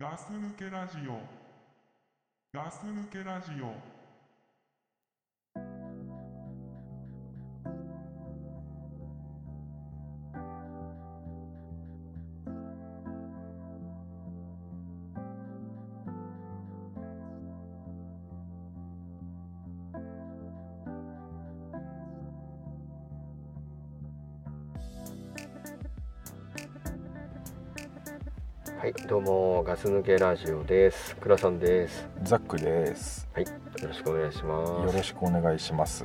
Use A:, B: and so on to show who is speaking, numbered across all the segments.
A: ガス抜けラジオガス抜けラジオ
B: はい、どうもガス抜けラジオです。倉さんです。
C: ザックです。
B: よろしくお願いし
C: よ
B: ます。
C: ろしくお願いします。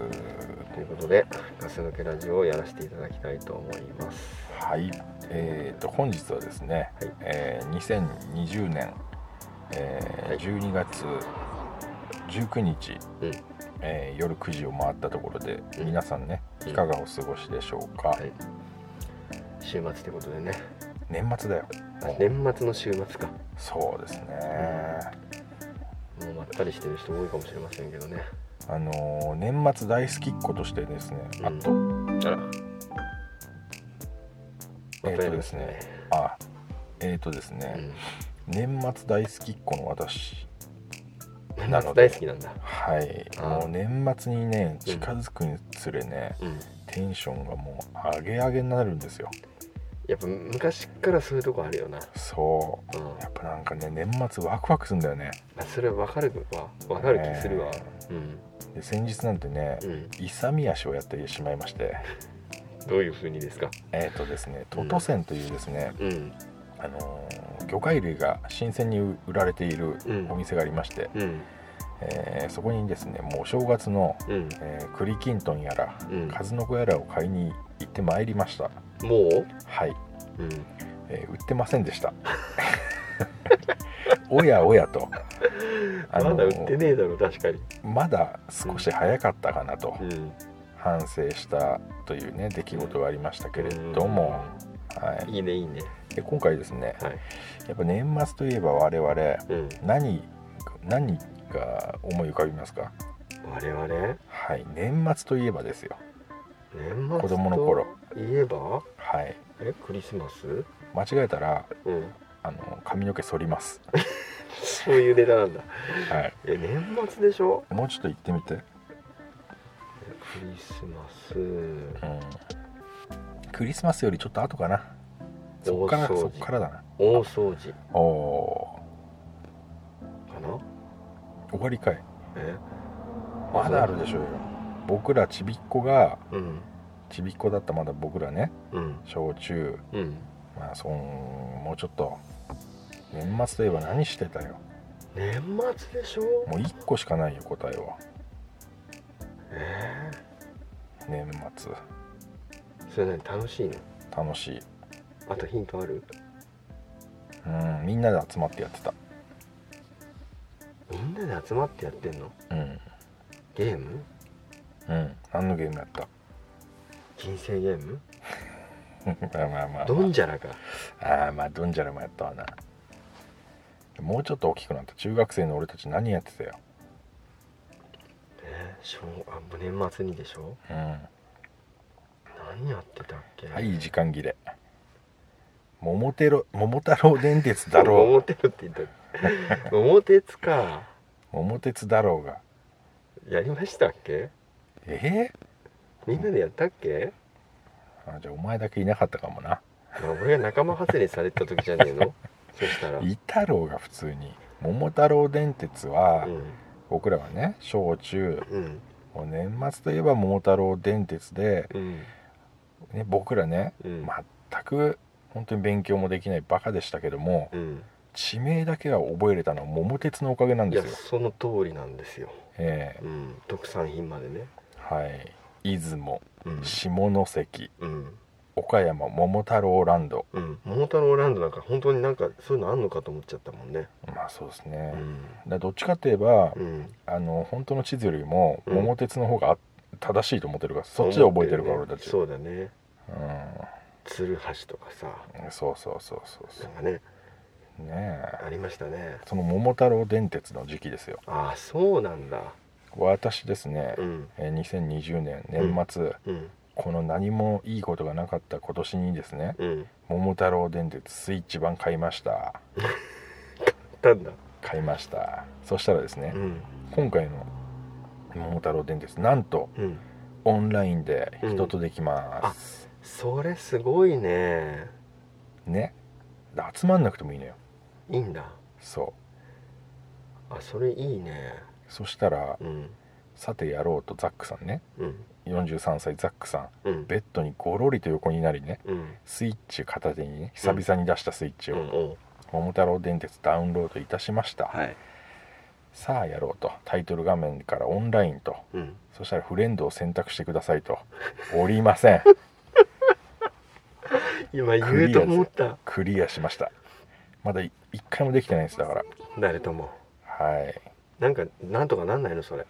B: ということで、ガス抜けラジオをやらせていただきたいと思います。
C: はい、えー、と本日はですね、
B: はい
C: えー2020年、えー
B: はい
C: 12月19日、
B: うん
C: えー夜9時を回ったところで、
B: うん
C: 皆さんね
B: うん
C: いかがお過ごしでしょうか、
B: い週末ってことでね、
C: 年末だよ
B: あ年末の週末か。
C: そうですね、
B: もうまったりしてる人多いかもしれませんけどね。
C: あのー年末大好きっ子としてですね、
B: うん
C: あと
B: あら。
C: えーとですね。あえっ、ー、とですね、年末大好きっ子の私
B: うん。
C: な
B: 夏
C: ので
B: 大好きなんだ。
C: はい
B: あー
C: もう年末にね
B: うん
C: 近づくにつれね、
B: うん。
C: テンションがもう上げ上げになるんですよ
B: やっぱ昔からそういうとこあるよな。
C: そ
B: うん。
C: うやっぱなんかね年末ワクワクするんだよね
B: あそれわかるわ。わかる気するわ。うん。
C: で先日なんてね
B: うん。
C: 勇み足をやってしまい まして
B: どういう風にですか。
C: えっ、とですねトトセンというですね、
B: うん。
C: あのー魚介類が新鮮に売られている
B: うん
C: お店がありまして、
B: うん。
C: えーそこにですねもうお正月の、
B: うん。
C: えー栗きんとんやら
B: うん
C: 数の子やらを買いに行ってまいりました
B: もう。
C: はい
B: うん。
C: えー売ってませんでした おやおやと あ
B: ま
C: の
B: だ売ってねえだろ確かに、
C: まだ少し早かったかなと
B: うん、
C: 反省したというね出来事がありましたけれども、はい
B: いねいいね
C: い、で今回ですね
B: はい
C: やっぱ年末といえば我々
B: うん
C: 何何が思い浮かびますか
B: 我々
C: はい年末といえばですよ
B: 年末
C: 子供の頃
B: といえば
C: はい
B: えクリスマス
C: 間違えたら
B: うん
C: あの髪の毛剃ります、
B: そういうネタなんだ
C: はい、
B: え年末でしょ
C: もうちょっと言ってみて
B: クリスマス
C: うんクリスマスよりちょっと後かなそっから
B: 大掃除
C: そっからだな
B: 大掃除
C: おお
B: かな
C: ー終わりかい
B: え
C: まだあるでしょうよ僕らちびっこが
B: うん
C: ちびっこだったまだ僕らね
B: うん
C: 小中
B: うん
C: まあそんもうちょっと年末といえば何してたよ
B: 年末でしょ
C: もう1個しかないよ答えは
B: え
C: 年末
B: ー、それ何楽しいの
C: 楽しい
B: あとヒントある
C: うんみんなで集まってやってた
B: みんなで集まってやってんの
C: うん
B: ゲーム
C: うん何のゲームやった
B: 人生ゲーム
C: まあまあまあ
B: ドンジャラか
C: ああまあドンジャラもやったわなもうちょっと大きくなった中学生の俺たち何やってたよ
B: えー、しょうあもう年末にでしょ
C: うんは
B: 何やってたっけ
C: い時間切れ桃太郎桃太郎電鉄だろ
B: 桃鉄って言 った桃鉄か
C: う桃鉄だろうが
B: やりましたっけ
C: え
B: みんなでやったっけ、
C: えあじゃあお前だけいなかったかもな
B: まあ、俺が仲間外れされた時じゃねえのそしたら
C: いたろうが普通に桃太郎電鉄は、
B: うん
C: 僕らはね小中
B: うん
C: もう年末といえば桃太郎電鉄で、
B: うん
C: ね、僕らね
B: うん
C: 全く本当に勉強もできないバカでしたけども、
B: うん
C: 地名だけは覚えれたのは桃鉄のおかげなん
B: い
C: で
B: や
C: すよ。
B: その通りなんですよ、
C: え
B: うん、特産品までね
C: えはい。出雲、
B: うん
C: 下関、
B: うん
C: 岡山、桃太郎ランド。
B: うん、桃太郎ランドなんか本当になんかそういうのあんのかと思っちゃったもんね
C: まあそうです
B: う
C: ね。
B: ん
C: だからどっちかといえば、
B: うん
C: あの本当の地図よりも
B: うん
C: 桃鉄の方が正しいと思ってるから、そっちで覚えてるから
B: 思っよ
C: 俺た
B: ね
C: ち。
B: そうだね
C: う
B: 鶴橋とかさ
C: ん。そうそうそうそうそ
B: なんかね
C: う。ねえ。
B: ありましたね
C: その桃太郎電鉄の時期ですよ。
B: ああそうなんだ
C: 私ですね。
B: うん
C: えー2020年年末、
B: うん
C: この何もいいことがなかった今年にですね、
B: うん
C: 桃太郎電鉄スイッチ版買いまし
B: っ
C: た
B: たんだ
C: 買いましたそしたらですね、
B: うん
C: 今回の「桃太郎電鉄」なんと
B: うん
C: オンラインで人とできます、
B: それすごいね
C: ねで集まんなくてもいいのよ
B: いいんだ
C: そ
B: あそれいいね
C: うそしたら
B: うん
C: さてやろうとザックさんね
B: うん
C: 43歳ザックさん
B: うん
C: ベッドにゴロリと横になりね
B: うん
C: スイッチ片手にね久々に出したスイッチ
B: う
C: を
B: んうん
C: 「桃太郎電鉄」ダウンロードいたしました、
B: はい
C: さあやろうとタイトル画面からオンラインと
B: うん
C: そしたらフレンドを選択してくださいとおり ません
B: 今言うと思った
C: クリアしましたまだい一回もできてないんですだから
B: 誰とも
C: はい
B: なんかなんとかなんないのそれ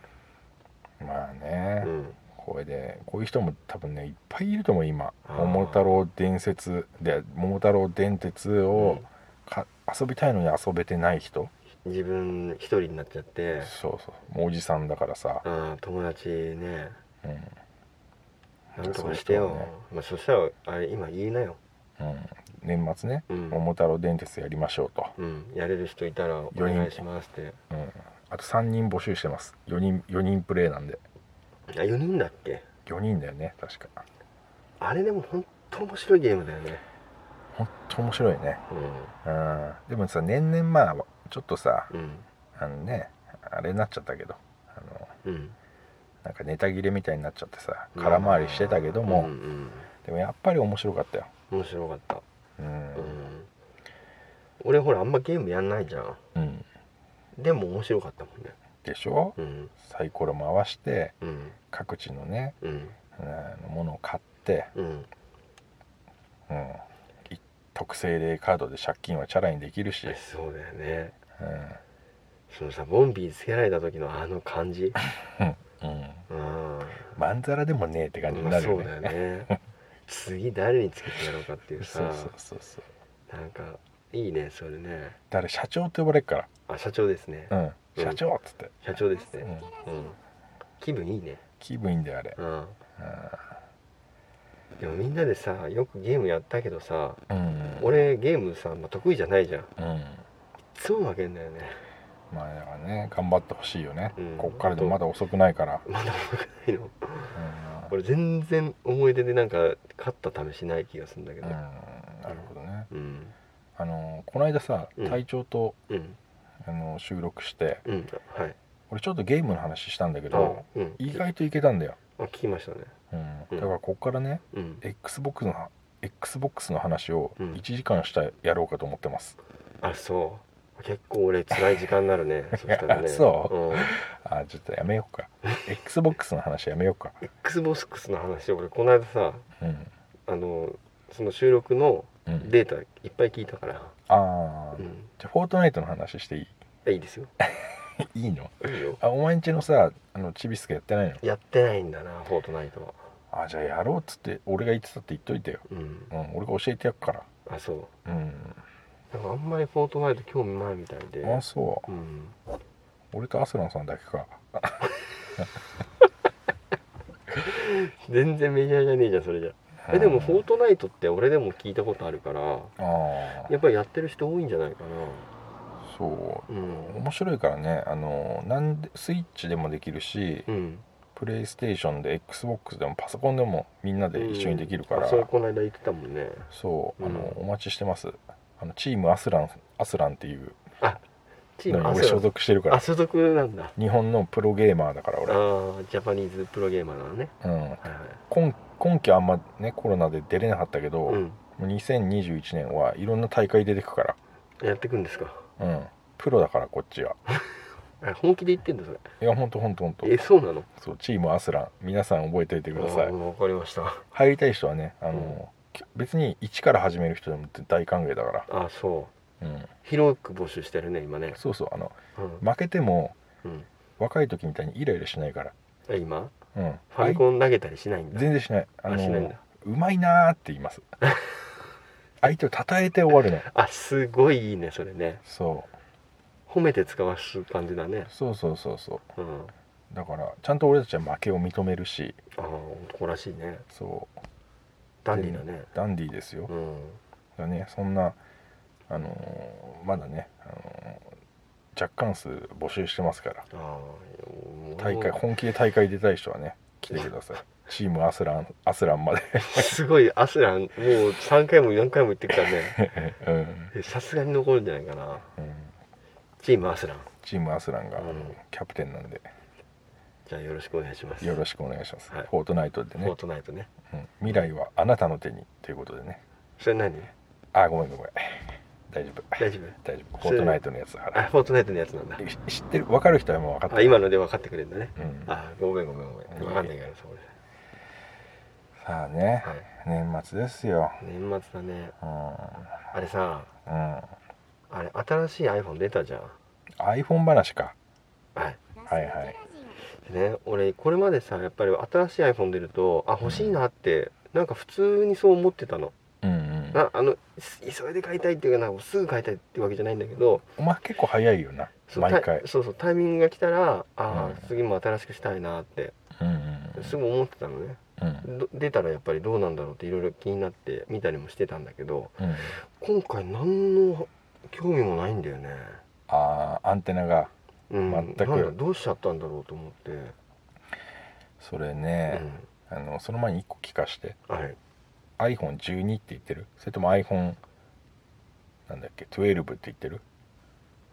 C: まあね、
B: うん
C: これでこういう人も多分ねいっぱいいると思う今「
B: あー
C: 桃太郎伝説」で「桃太郎電鉄を
B: うん
C: か」遊びたいのに遊べてない人
B: 自分一人になっちゃって
C: そうそうもうおじさんだからさ、
B: あー友達ね
C: うん
B: なんとかしてよ
C: そういう人はね
B: まあそしたらあれ今言いなよ
C: うん、年末ね
B: うん
C: 「桃太郎電鉄」やりましょうと、
B: うんやれる人いたらお願いしますって
C: うん、あと3人募集してます4人4人プレイなんで
B: あ4人だっけ
C: 4人だよね確か
B: あれでも本当面白いゲームだよね
C: ほんと面白いね
B: う
C: うんでもさ年々まあちょっとさ
B: んうん
C: あのねあれになっちゃったけどあの
B: うん
C: なんかネタ切れみたいになっちゃってさ空回りしてたけども、
B: うんうん
C: でもやっぱり面白かったよ
B: 面白かった
C: うん
B: うん俺ほらあんまゲームやんないじゃん
C: うん
B: でも面白かったもんね
C: でしょ
B: うん
C: サイコロ回して
B: うん
C: 各地のね、
B: うん
C: うん、ものを買って、
B: うん
C: うん、い特製霊カードで借金はチャラにできるし、
B: そうだよね
C: う
B: そのさボンビーつけられた時のあの感じ
C: んうん、
B: うん
C: まんざらでもねえって感じになるよね、
B: まあそうだよね次誰につけてやろうかっていう
C: そう
B: さ
C: そうそうそう
B: なんかいいねそれね
C: だから社長って呼ばれるか
B: あ社長ですね、
C: ら、うん、
B: うん
C: 社長っつって、
B: 社長です
C: うん
B: ね、うん、気分いいね
C: 気分いいんだよあれ
B: うんでもみんなでさよくゲームやったけどさ
C: うん、
B: 俺ゲームさ、まあ、得意じゃないじゃんい
C: うん、
B: つも負けんだよね
C: まあだからね頑張ってほしいよね、
B: うん
C: こっからでもまだ遅くないから、
B: まだ負けないの
C: うん
B: 俺全然思い出でなんか勝った試しない気がするんだけ
C: う
B: ど
C: ん、なるほどね
B: うん
C: あのこの間さ
B: うん
C: 隊長と、
B: うん
C: あの収録して
B: うんはい
C: 俺ちょっとゲームの話したんだけど
B: あうん
C: 意外といけたんだよ、
B: あ聞きましたね
C: うん
B: うん
C: だからこっからね
B: うん
C: XBOX の XBOX の話を
B: うん
C: 1時間したやろうかと思ってます、
B: あそう結構俺辛い時間になる ねそしたらね、
C: あそう
B: うん、
C: あちょっとやめよ うか XBOX の話やめようか
B: XBOX の話俺この間さ
C: うん
B: あのその収録の
C: うん
B: データいっぱい聞いたから、
C: ああ、
B: うん、
C: じゃあフォートナイトの話してい
B: いいですよ
C: い いいの
B: いいよ
C: あお前んちのさあのチビスケやってないの
B: やってないんだなフォートナイトは
C: あじゃあやろうっつって俺が言ってたって言っといてよ、
B: うん
C: うん、俺が教えてやっから
B: あそう
C: うん
B: なんかあんまりフォートナイト興味ないみたいで
C: あそう
B: うん
C: 俺とアスランさんだけか
B: 全然メジャーじゃねえじゃんそれじゃえでもフォートナイトって俺でも聞いたことあるから
C: あ
B: やっぱりやってる人多いんじゃないか
C: あそ
B: なう
C: うん面白いからねあのなんでスイッチでもできるし、
B: うん
C: プレイステーションで XBOX でもパソコンでもみんなで一緒にできるから、
B: あそれこの間言ってたもんね
C: そうあの、
B: う
C: お待ちしてますあのチームアスランアスランっていう
B: チーム
C: のに
B: アス
C: 俺
B: ラ
C: 所属してるか
B: あ
C: ら
B: 所属なんだ
C: 日本のプロゲーマーだから
B: あ
C: 俺、
B: ージャパニーズプロゲーマーなのね
C: うん、
B: はいはい
C: 今今期あんまねコロナで出れなかったけど、
B: うん
C: もう2021年はいろんな大会出てくか、
B: やってくんですから
C: うん、プロだからこっちは
B: あ本気で言ってんだそれ
C: いやほんとほんとほんと
B: えそうなの
C: そうチームアスラン皆さん覚えておいてくださ
B: あ
C: い
B: ーわかりました
C: 入りたい人はねあの、
B: うん
C: き別に一から始める人でも大歓迎だか
B: あそう
C: ら、うん、
B: 広く募集してるね今ね、
C: そうそうあの
B: うん
C: 負けても
B: うん
C: 若い時みたいにイライラしないから、
B: え今
C: うん、
B: ファミコン投げたりしないん
C: 相
B: だ
C: 全然しないあ
B: あしないん
C: の
B: だ
C: うまいなーって言います 相手を称えて終わるの
B: あすごいいいねそれね
C: そ
B: 褒めて使わす感じだね
C: うそうそうそうそう
B: うん
C: だからちゃんと俺たちは負けを認めるし
B: ああ男らしいね
C: そう
B: ダンディーだね
C: ダンディーですよ
B: う、ん
C: だねそんなあのーまだね、あの若干数募集してますから
B: ああ
C: 大会本気で大会出たい人はね来てくださいチームアスランアスランまで
B: すごいアスランもう3回も4回も言ってきたね
C: うん、
B: さすがに残るんじゃないかな
C: うん、
B: チームアスラン
C: チームアスランが
B: うん
C: キャプテンなんで
B: じゃあよろしくお願いします
C: よろしくお願いします、
B: はい
C: フォートナイトで
B: フォ
C: ね
B: ー、トナイトね
C: うん未来はあなたの手にということでね
B: それ何
C: あごめんごめん大丈夫
B: 大丈夫
C: 大丈夫フォートナイトのやつだか
B: あ
C: ら
B: フォートナイトのやつなんだ
C: 知ってる分かる人はもう分かった
B: あ今ので分かってくれるんだね
C: うん、
B: あごめんごめんごめん分かんないからさ
C: さあね、
B: はい
C: 年末ですよ
B: 俺年末だね
C: うん、うん、
B: あれさあれ新しい iPhone 出たじゃん
C: iPhone 話か
B: はい
C: はいはい
B: でね俺これまでさやっぱり新しい iPhone 出るとあ欲しいなってなんか普通にそう思ってたの
C: うんうん
B: なあのす急いで買いたいっていうかなんかすぐ買いたいってわけじゃないんだけど
C: お前結構早いよな
B: そう
C: 毎
B: タイ
C: 回
B: そうそうタイミングが来たらああ、
C: うん
B: 次も新しくしたいなって
C: うんうん
B: すぐ思ってたのね
C: うんうん
B: ど出たらやっぱりどうなんだろうっていろいろ気になって見たりもしてたんだけど
C: うん
B: 今回何の興味もないんだよね、
C: あーアンテナが
B: うん、
C: 全く
B: なんだどうしちゃったんだろうと思って、
C: それね、あのその前に1個聞かして
B: うん、はい
C: iPhone12 って言ってるそれとも iPhone なんだっけ12って言ってる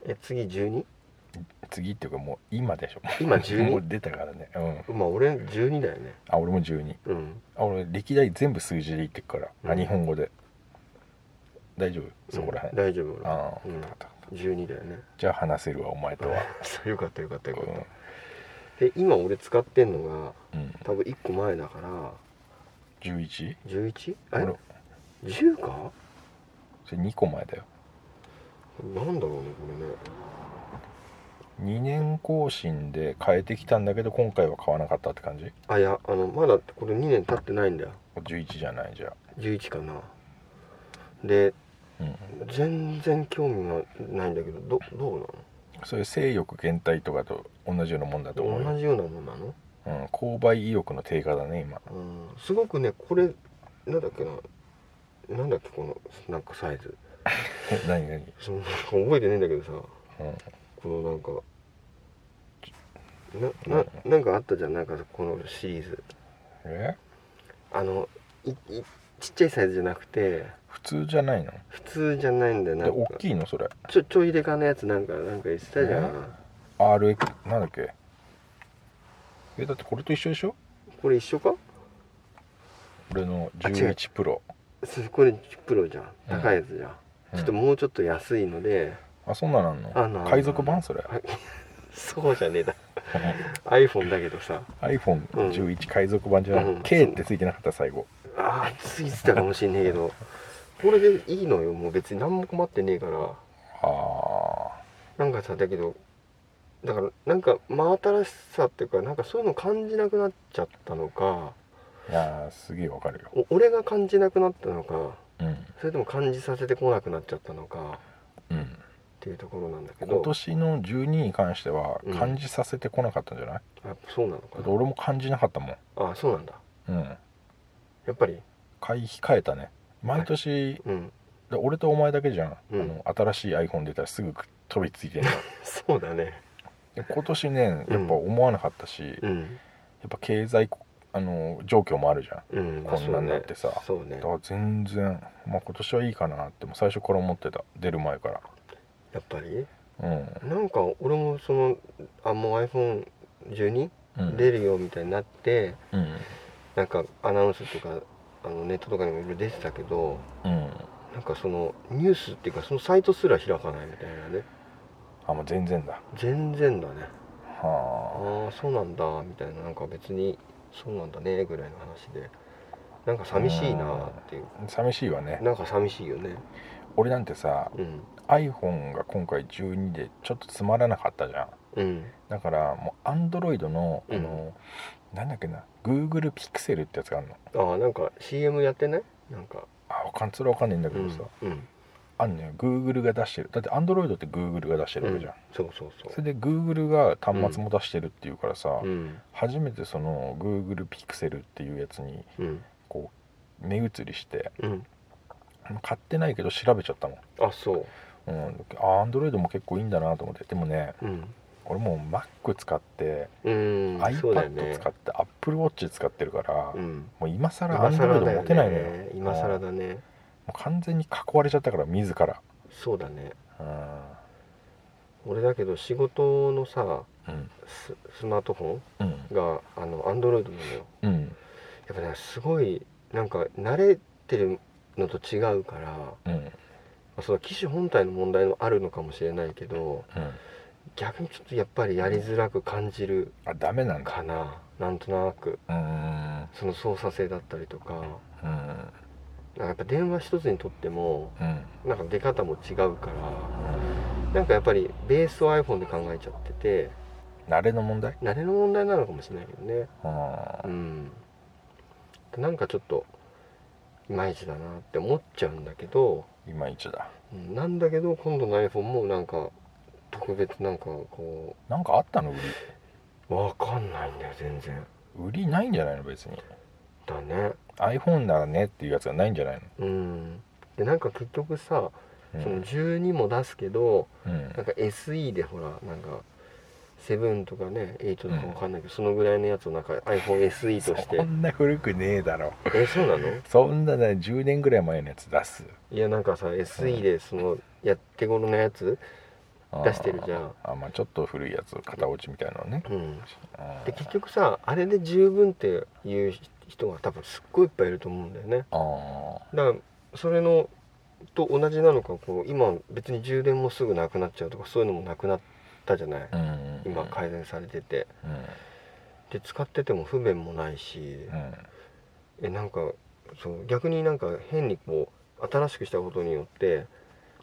B: え次 12?
C: 次っていうかもう今でしょ
B: 今
C: も
B: 12?
C: う出たからねうん
B: まあ俺12だよね
C: あ俺も12
B: うん
C: あ俺歴代全部数字で言ってくから、あ
B: うん
C: 日本語で大丈夫そこらへん、
B: 大丈夫俺
C: ああ、
B: うん
C: よかったよかった
B: 12だよね
C: じゃあ話せるわお前 とは、
B: よかったよかったよかっ
C: う
B: た、
C: ん
B: で今俺使ってんのが
C: うん、
B: 多分1個前だから
C: 11
B: 11?
C: 俺
B: え10か
C: それ2個前だよ
B: なんだろうねこれね
C: 2年更新で変えてきたんだけど今回は買わなかったって感じ
B: あいやあのまだこれ2年経ってないんだよ
C: 11じゃないじゃあ
B: 11かなで
C: うん
B: 全然興味がないんだけどどどうなの
C: それ性欲減退とかと同じようなもんだと思うよ
B: 同じようなもんなの、
C: うん、購買意欲の低下だね今
B: うん、すごくねこれなんだっけななんだっけこのなんかサイズ
C: え何何、
B: そのなんか覚えてないんだけどさ
C: うん、
B: このなんかなななんかあったじゃんなんかこのシリーズ
C: え
B: あのいいちっちゃいサイズじゃなくて
C: 普通じゃないの
B: 普通じゃないんだよな
C: で
B: ん
C: 大
B: か
C: きいのそれ
B: ちょちょいでかのやつなんかなんか言ってたじゃん
C: RX なんだっけえだってこれと一緒でしょ
B: これ一緒か
C: 俺の
B: あ違う
C: 11プロ
B: そこれプロじゃん
C: うん
B: 高いやつじゃん、
C: うん
B: ちょっともうちょっと安いので
C: あそんなのあん
B: あんのあん
C: の
B: の
C: 海賊版そ れ
B: あそうじゃねえだ iPhone だけどさ
C: iPhone11 海賊版じゃ
B: う
C: なく
B: ん
C: て K ってついてなかった最後
B: ああついてたかもしんねえけどこれでいいのよもう別に何も困ってねえから
C: あ
B: なんかさだけどだからなんか真新しさっていうかなんかそういうの感じなくなっちゃったのか
C: あいやーすげえわかるよ
B: お俺が感じなくなったのか
C: うん
B: それとも感じさせてこなくなっちゃったのか
C: うん
B: っていうところなんだけど
C: 今年の12に関しては
B: うん
C: 感じさせてこなかったんじゃない、
B: あそうなの
C: だっ
B: か
C: て俺も感じなかったもん
B: なあそうなんだ
C: うん
B: やっぱり
C: 買い控えたね毎年、
B: うん
C: で俺とお前だけじゃん、
B: うん
C: あの新しい iPhone 出たらすぐ飛びついて んの
B: そうだね
C: で今年ね
B: うん
C: やっぱ思わなかったし、や
B: うん
C: っぱ経済あの状況もあるじゃん
B: うん
C: こんなんなってさ
B: そうね
C: だ
B: そうね
C: から全然、まあ、今年はいいかなってもう最初から思ってた出る前か
B: やっぱり
C: ら
B: なんか俺もそのあもう iPhone12
C: うん、うん、
B: 出るよみたいになって、
C: うん
B: なんかアナウンスとかあのネットとかにもいろいろ出てたけど
C: うん
B: なんかそのニュースっていうかそのサイトすら開かないみたいなね
C: あもう全然だ
B: 全然だねあ
C: は
B: あそうなんだみたいななんか別にそうなんだねぐらいの話でなんか寂しいなっていう
C: あ寂しいわね
B: なんか寂しいよね
C: 俺なんてさ
B: うん
C: iPhone が今回12でちょっとつまらなかったじゃん
B: うん
C: だからもう Android のあ
B: うん
C: の、なんだっけな Google Pixel ってやつがあるの
B: ああなんか CM やってないなんか
C: あわかんそれわかんないんだけ
B: う
C: ど
B: ん
C: さ、
B: うん
C: あんのよ Google が出してるだって Android って Google が出してるわけじゃん、
B: そうそうそ
C: そうれで Google が端末も出してるっていうからさ、
B: うん
C: 初めてその Google Pixel っていうやつに
B: うん
C: こう目移りして
B: うん
C: 買ってないけど調べちゃったもん
B: あそう
C: うん、あアンドロイドも結構いいんだなと思ってでもね
B: うん
C: 俺もう Mac 使って、
B: うんそうだよね
C: iPad 使って AppleWatch 使ってるから、
B: うん
C: もう今更ア
B: 今
C: ンドロイ
B: 更
C: ド
B: だよ
C: 持てないのよ
B: ね今更だね
C: もう完全に囲われちゃったから自ら
B: そうだね
C: う
B: 俺だけど仕事のさ
C: んうん
B: ススマートフ
C: うん
B: ォンがあのアンドロイドなのよ
C: うん
B: やっぱねすごいなんか慣れてるのと違うから、ま
C: うん
B: あ、その機種本体の問題もあるのかもしれないけど
C: うん
B: 逆にちょっとやっぱりやりづらく感じる
C: あダメなんだ
B: かななんとなく
C: うん
B: その操作性だったりとか
C: うん
B: なんかやっぱ電話一つにとっても
C: うん
B: なんか出方も違うからなんかやっぱりベースを iPhone で考えちゃってて
C: 慣れの問題
B: 慣れの問題なのかもしれないけどね
C: あ
B: う
C: ー
B: んなんかちょっといまいちだなって思っちゃうんだけど
C: いまいちだ
B: うんなんだけど今度の iPhone もなんか特別なんかこ
C: なんかあったの売
B: うわかんないんだよ全然
C: り売りないんじゃないの別に
B: だね
C: iPhone ならねっていうやつがないんじゃないの
B: うんでなんか結局さ、
C: うん
B: その12も出すけど
C: うん
B: なんか SE でほらなんか7とかね8とかわかんないけど、そのぐらいのやつをなんか iPhoneSE として
C: そんな古くねえだろ
B: えそうなの
C: そんなね10年ぐらい前のやつ出す
B: いやなんかさ SE でそのやって頃のやつ
C: あー
B: 出してるじゃん
C: あまあちょっと古いやつ片落ちみたいなのね
B: うん
C: あ
B: で結局さあれで十分っていう人が多分すっごいいっぱいいると思うんだよね
C: あー
B: だからそれのと同じなのかこう今別に充電もすぐなくなっちゃうとかそういうのもなくなったじゃない、
C: うんうん
B: 今改善されてて
C: うん
B: で使ってても不便もないし、
C: うん
B: えなんかそう逆になんか変にこう新しくしたことによって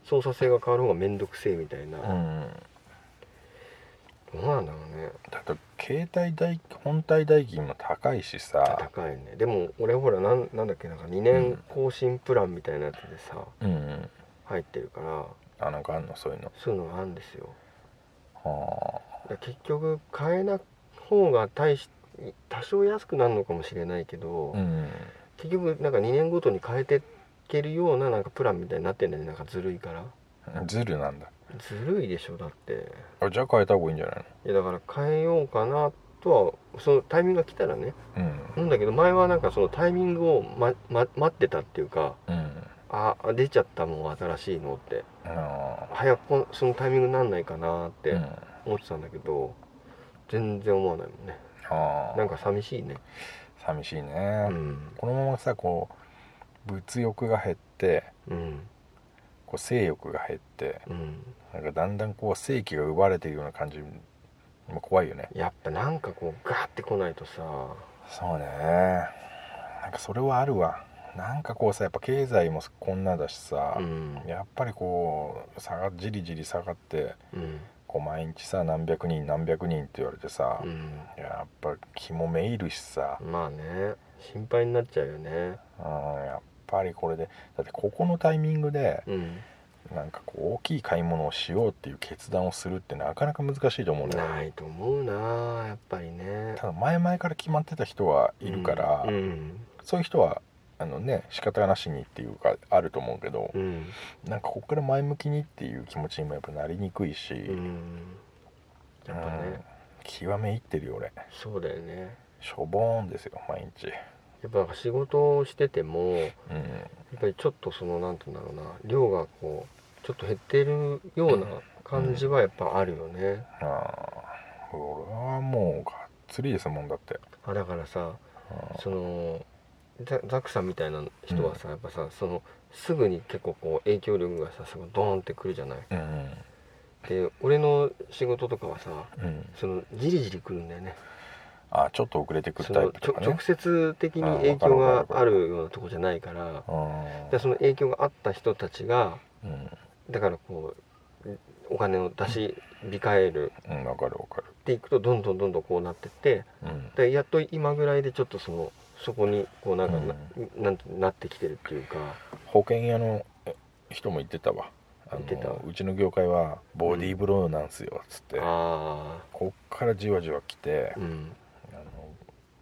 B: 操作性が変わる方が面倒くせえみたいな、
C: うん
B: どうなんだろうね
C: だと携帯代本体代金も高いしさ、
B: 高いねでも俺ほらなんなんだっけなんか2
C: うん
B: 年更新プランみたいなやつでさ、
C: うんうん、
B: 入ってるから
C: あなんかあんのそういうの
B: そういうのがあるんですよ
C: は
B: だから結局買えな方が大し多少安くなるのかもしれないけど、
C: あうん
B: 結局なんか2年ごとに変えていけるようななんかプランみたいになってんだよねなんかずるいから
C: ズルなんだ
B: ずるいでしょだって
C: あじゃあ変えた方がいいんじゃない
B: いやだから変えようかなとはそのタイミングが来たらねな
C: の
B: んだけど前はなんかそのタイミングを、まま待ってたっていうか
C: うんうん
B: ああ出ちゃったもん新しいのって
C: あ
B: 早くこんそのタイミングなんないかなっ
C: ー
B: て
C: うん
B: 思ってたんだけど、全然思わないもんね
C: あ
B: な
C: なん
B: か寂しいね
C: 寂しいね、
B: うん
C: このままさこう物欲が減って
B: うん
C: こう性欲が減って
B: うん
C: なんかだんだんこう性器が奪われているような感じも怖いよね
B: やっぱなんかこうガーって来ないとさ
C: そうねなんかそれはあるわなんかこうさやっぱ経済もこんなだしさ、
B: うん
C: やっぱりこう下がじりじり下がって
B: うん
C: こう毎日さ何百人何百人って言われてさ、
B: うん
C: やっぱ気もめいるしさ、
B: まあね心配になっちゃうよね
C: うん、やっぱりこれでだってここのタイミングで
B: うん
C: なんかこう大きい買い物をしようっていう決断をするってなかなか難しいと思うね
B: ないと思うなやっぱりね
C: ただ前々から決まってた人はいるから、
B: うん
C: そういう人はあのね仕方なしにっていうかあると思うけど
B: う、ん
C: なんかここから前向きにっていう気持ちにもやっぱなりにくいし、
B: うんやっぱ
C: うん
B: ね
C: 極めいってるよ俺
B: そうだよね
C: しょぼーんですよ毎日
B: やっぱ仕事をしててもや
C: うん
B: っぱりちょっとそのなんて言うんだろうな量がこうちょっと減ってるような感じはやっぱあるよね、
C: あー俺はもうがっつりですもんだって
B: あだからさ
C: あ
B: そのザザクさんみたいな人はさ、やっぱさそのすぐに結構こう影響力がさすごいドーンってくるじゃない
C: ーうん
B: で俺の仕事とかはさ
C: うん
B: そのじりじりくるんだよね
C: あちょっと遅れてく
B: そ
C: るタイ
B: の
C: プ
B: ちょ
C: とかね
B: 直接的に影響があるようなとこじゃないから
C: うん
B: でその影響があった人たちが
C: うん
B: だからこうお金を出し控える
C: うんわかるわかる
B: っていくとどんどんどんどんこうなってって
C: うん
B: でやっと今ぐらいでちょっとそのそこにこうなんかな,、なんなってきてるっていうか
C: 保険屋のえ人も言ってたわあの
B: 言ってた
C: うちの業界はボディーブローなんすよっつって、
B: あ
C: こっからじわじわ来て
B: あ、うん
C: あの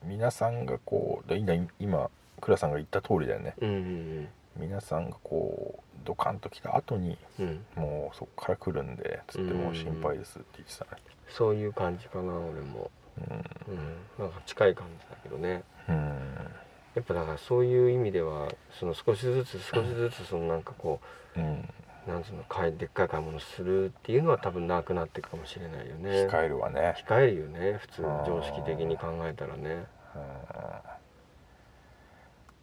C: 皆さんがこうで今今倉さんが言った通りだよね
B: うん
C: 皆さんがこうドカンと来た後に
B: うん、
C: もうそこから来るんでつって
B: うん
C: もう心配ですって言ってたね
B: そういう感じかな俺も、うん、なんか近い感じだけどね
C: うん、
B: やっぱだからそういう意味ではその少しずつ少しずつそのなんかこ
C: うん
B: うなんつうの買いでっかい買い物するっていうのは多分なくなっていくかもしれないよね
C: 控えるわね、
B: 控えるよね普通
C: あー
B: 常識的に考えたらね
C: うん、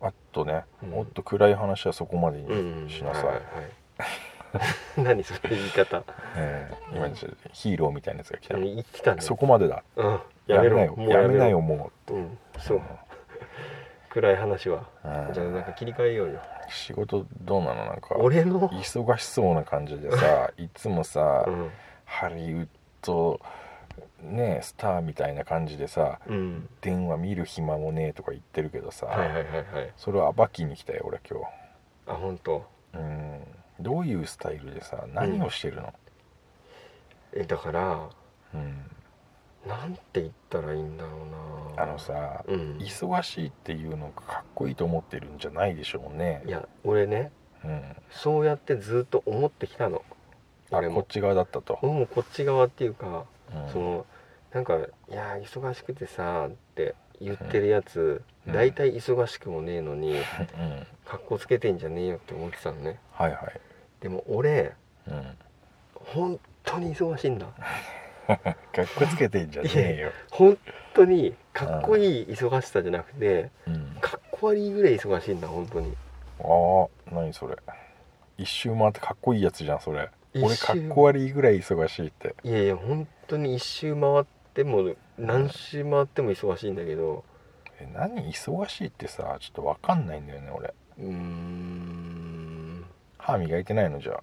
C: あとね、
B: うん
C: もっと暗い話はそこまで
B: うんうん
C: にしなさい、
B: はいはい何それ言い 方
C: ええ今ちょっとヒーローみたいなやつが来た、
B: 生きたね
C: そこまでだ
B: うん
C: や
B: や
C: め
B: め
C: な
B: ろ
C: よ
B: もう
C: やめな
B: ろ
C: よも
B: うん
C: う
B: そう暗い話は
C: うん
B: じゃあなんか切り替えようよ
C: 仕事どうなのなんか
B: 俺の
C: 忙しそうな感じで さいつもさ、
B: うん
C: ハリウッドねスターみたいな感じでさ
B: うん
C: 電話見る暇もねえとか言ってるけどさ、
B: はいはいはいはい
C: それは暴きに来たよ俺今
B: あ本当
C: 日うんどういうスタイルでさ何をしてるの、
B: えだから
C: うん
B: なんて言ったらいいんだろうな
C: あのさ
B: うんい
C: 忙しいっていうのがかっこいいと思ってるんじゃないでしょうね、
B: や俺ね
C: うん、
B: そうやってずっと思ってきたの
C: あ
B: 俺
C: こっ
B: も
C: ち側だったと、
B: 俺もこっち側っていうか
C: うん
B: そのなんか「いやー忙しくてさ」って言ってるやつ
C: うん
B: 大体、忙しくもねえのに
C: うんうん
B: かっこつけてんじゃねえよって思ってたのね
C: はいはい、
B: でも俺
C: うん、
B: 本当に忙しいんだ
C: かっこつけてんじゃねえよ、
B: 本当にかっこいい忙しさじゃなくて
C: うん、
B: かっこ悪いぐらい忙しいんだ本当に
C: ああ何それ一周回ってかっこいいやつじゃんそれ俺
B: 一周
C: かっこ悪いぐらい忙しいって
B: いやいや本当に一周回っても何周回っても忙しいんだけど
C: え何忙しいってさちょっとわかんないんだよね俺
B: うーん
C: 歯磨いてないのじゃ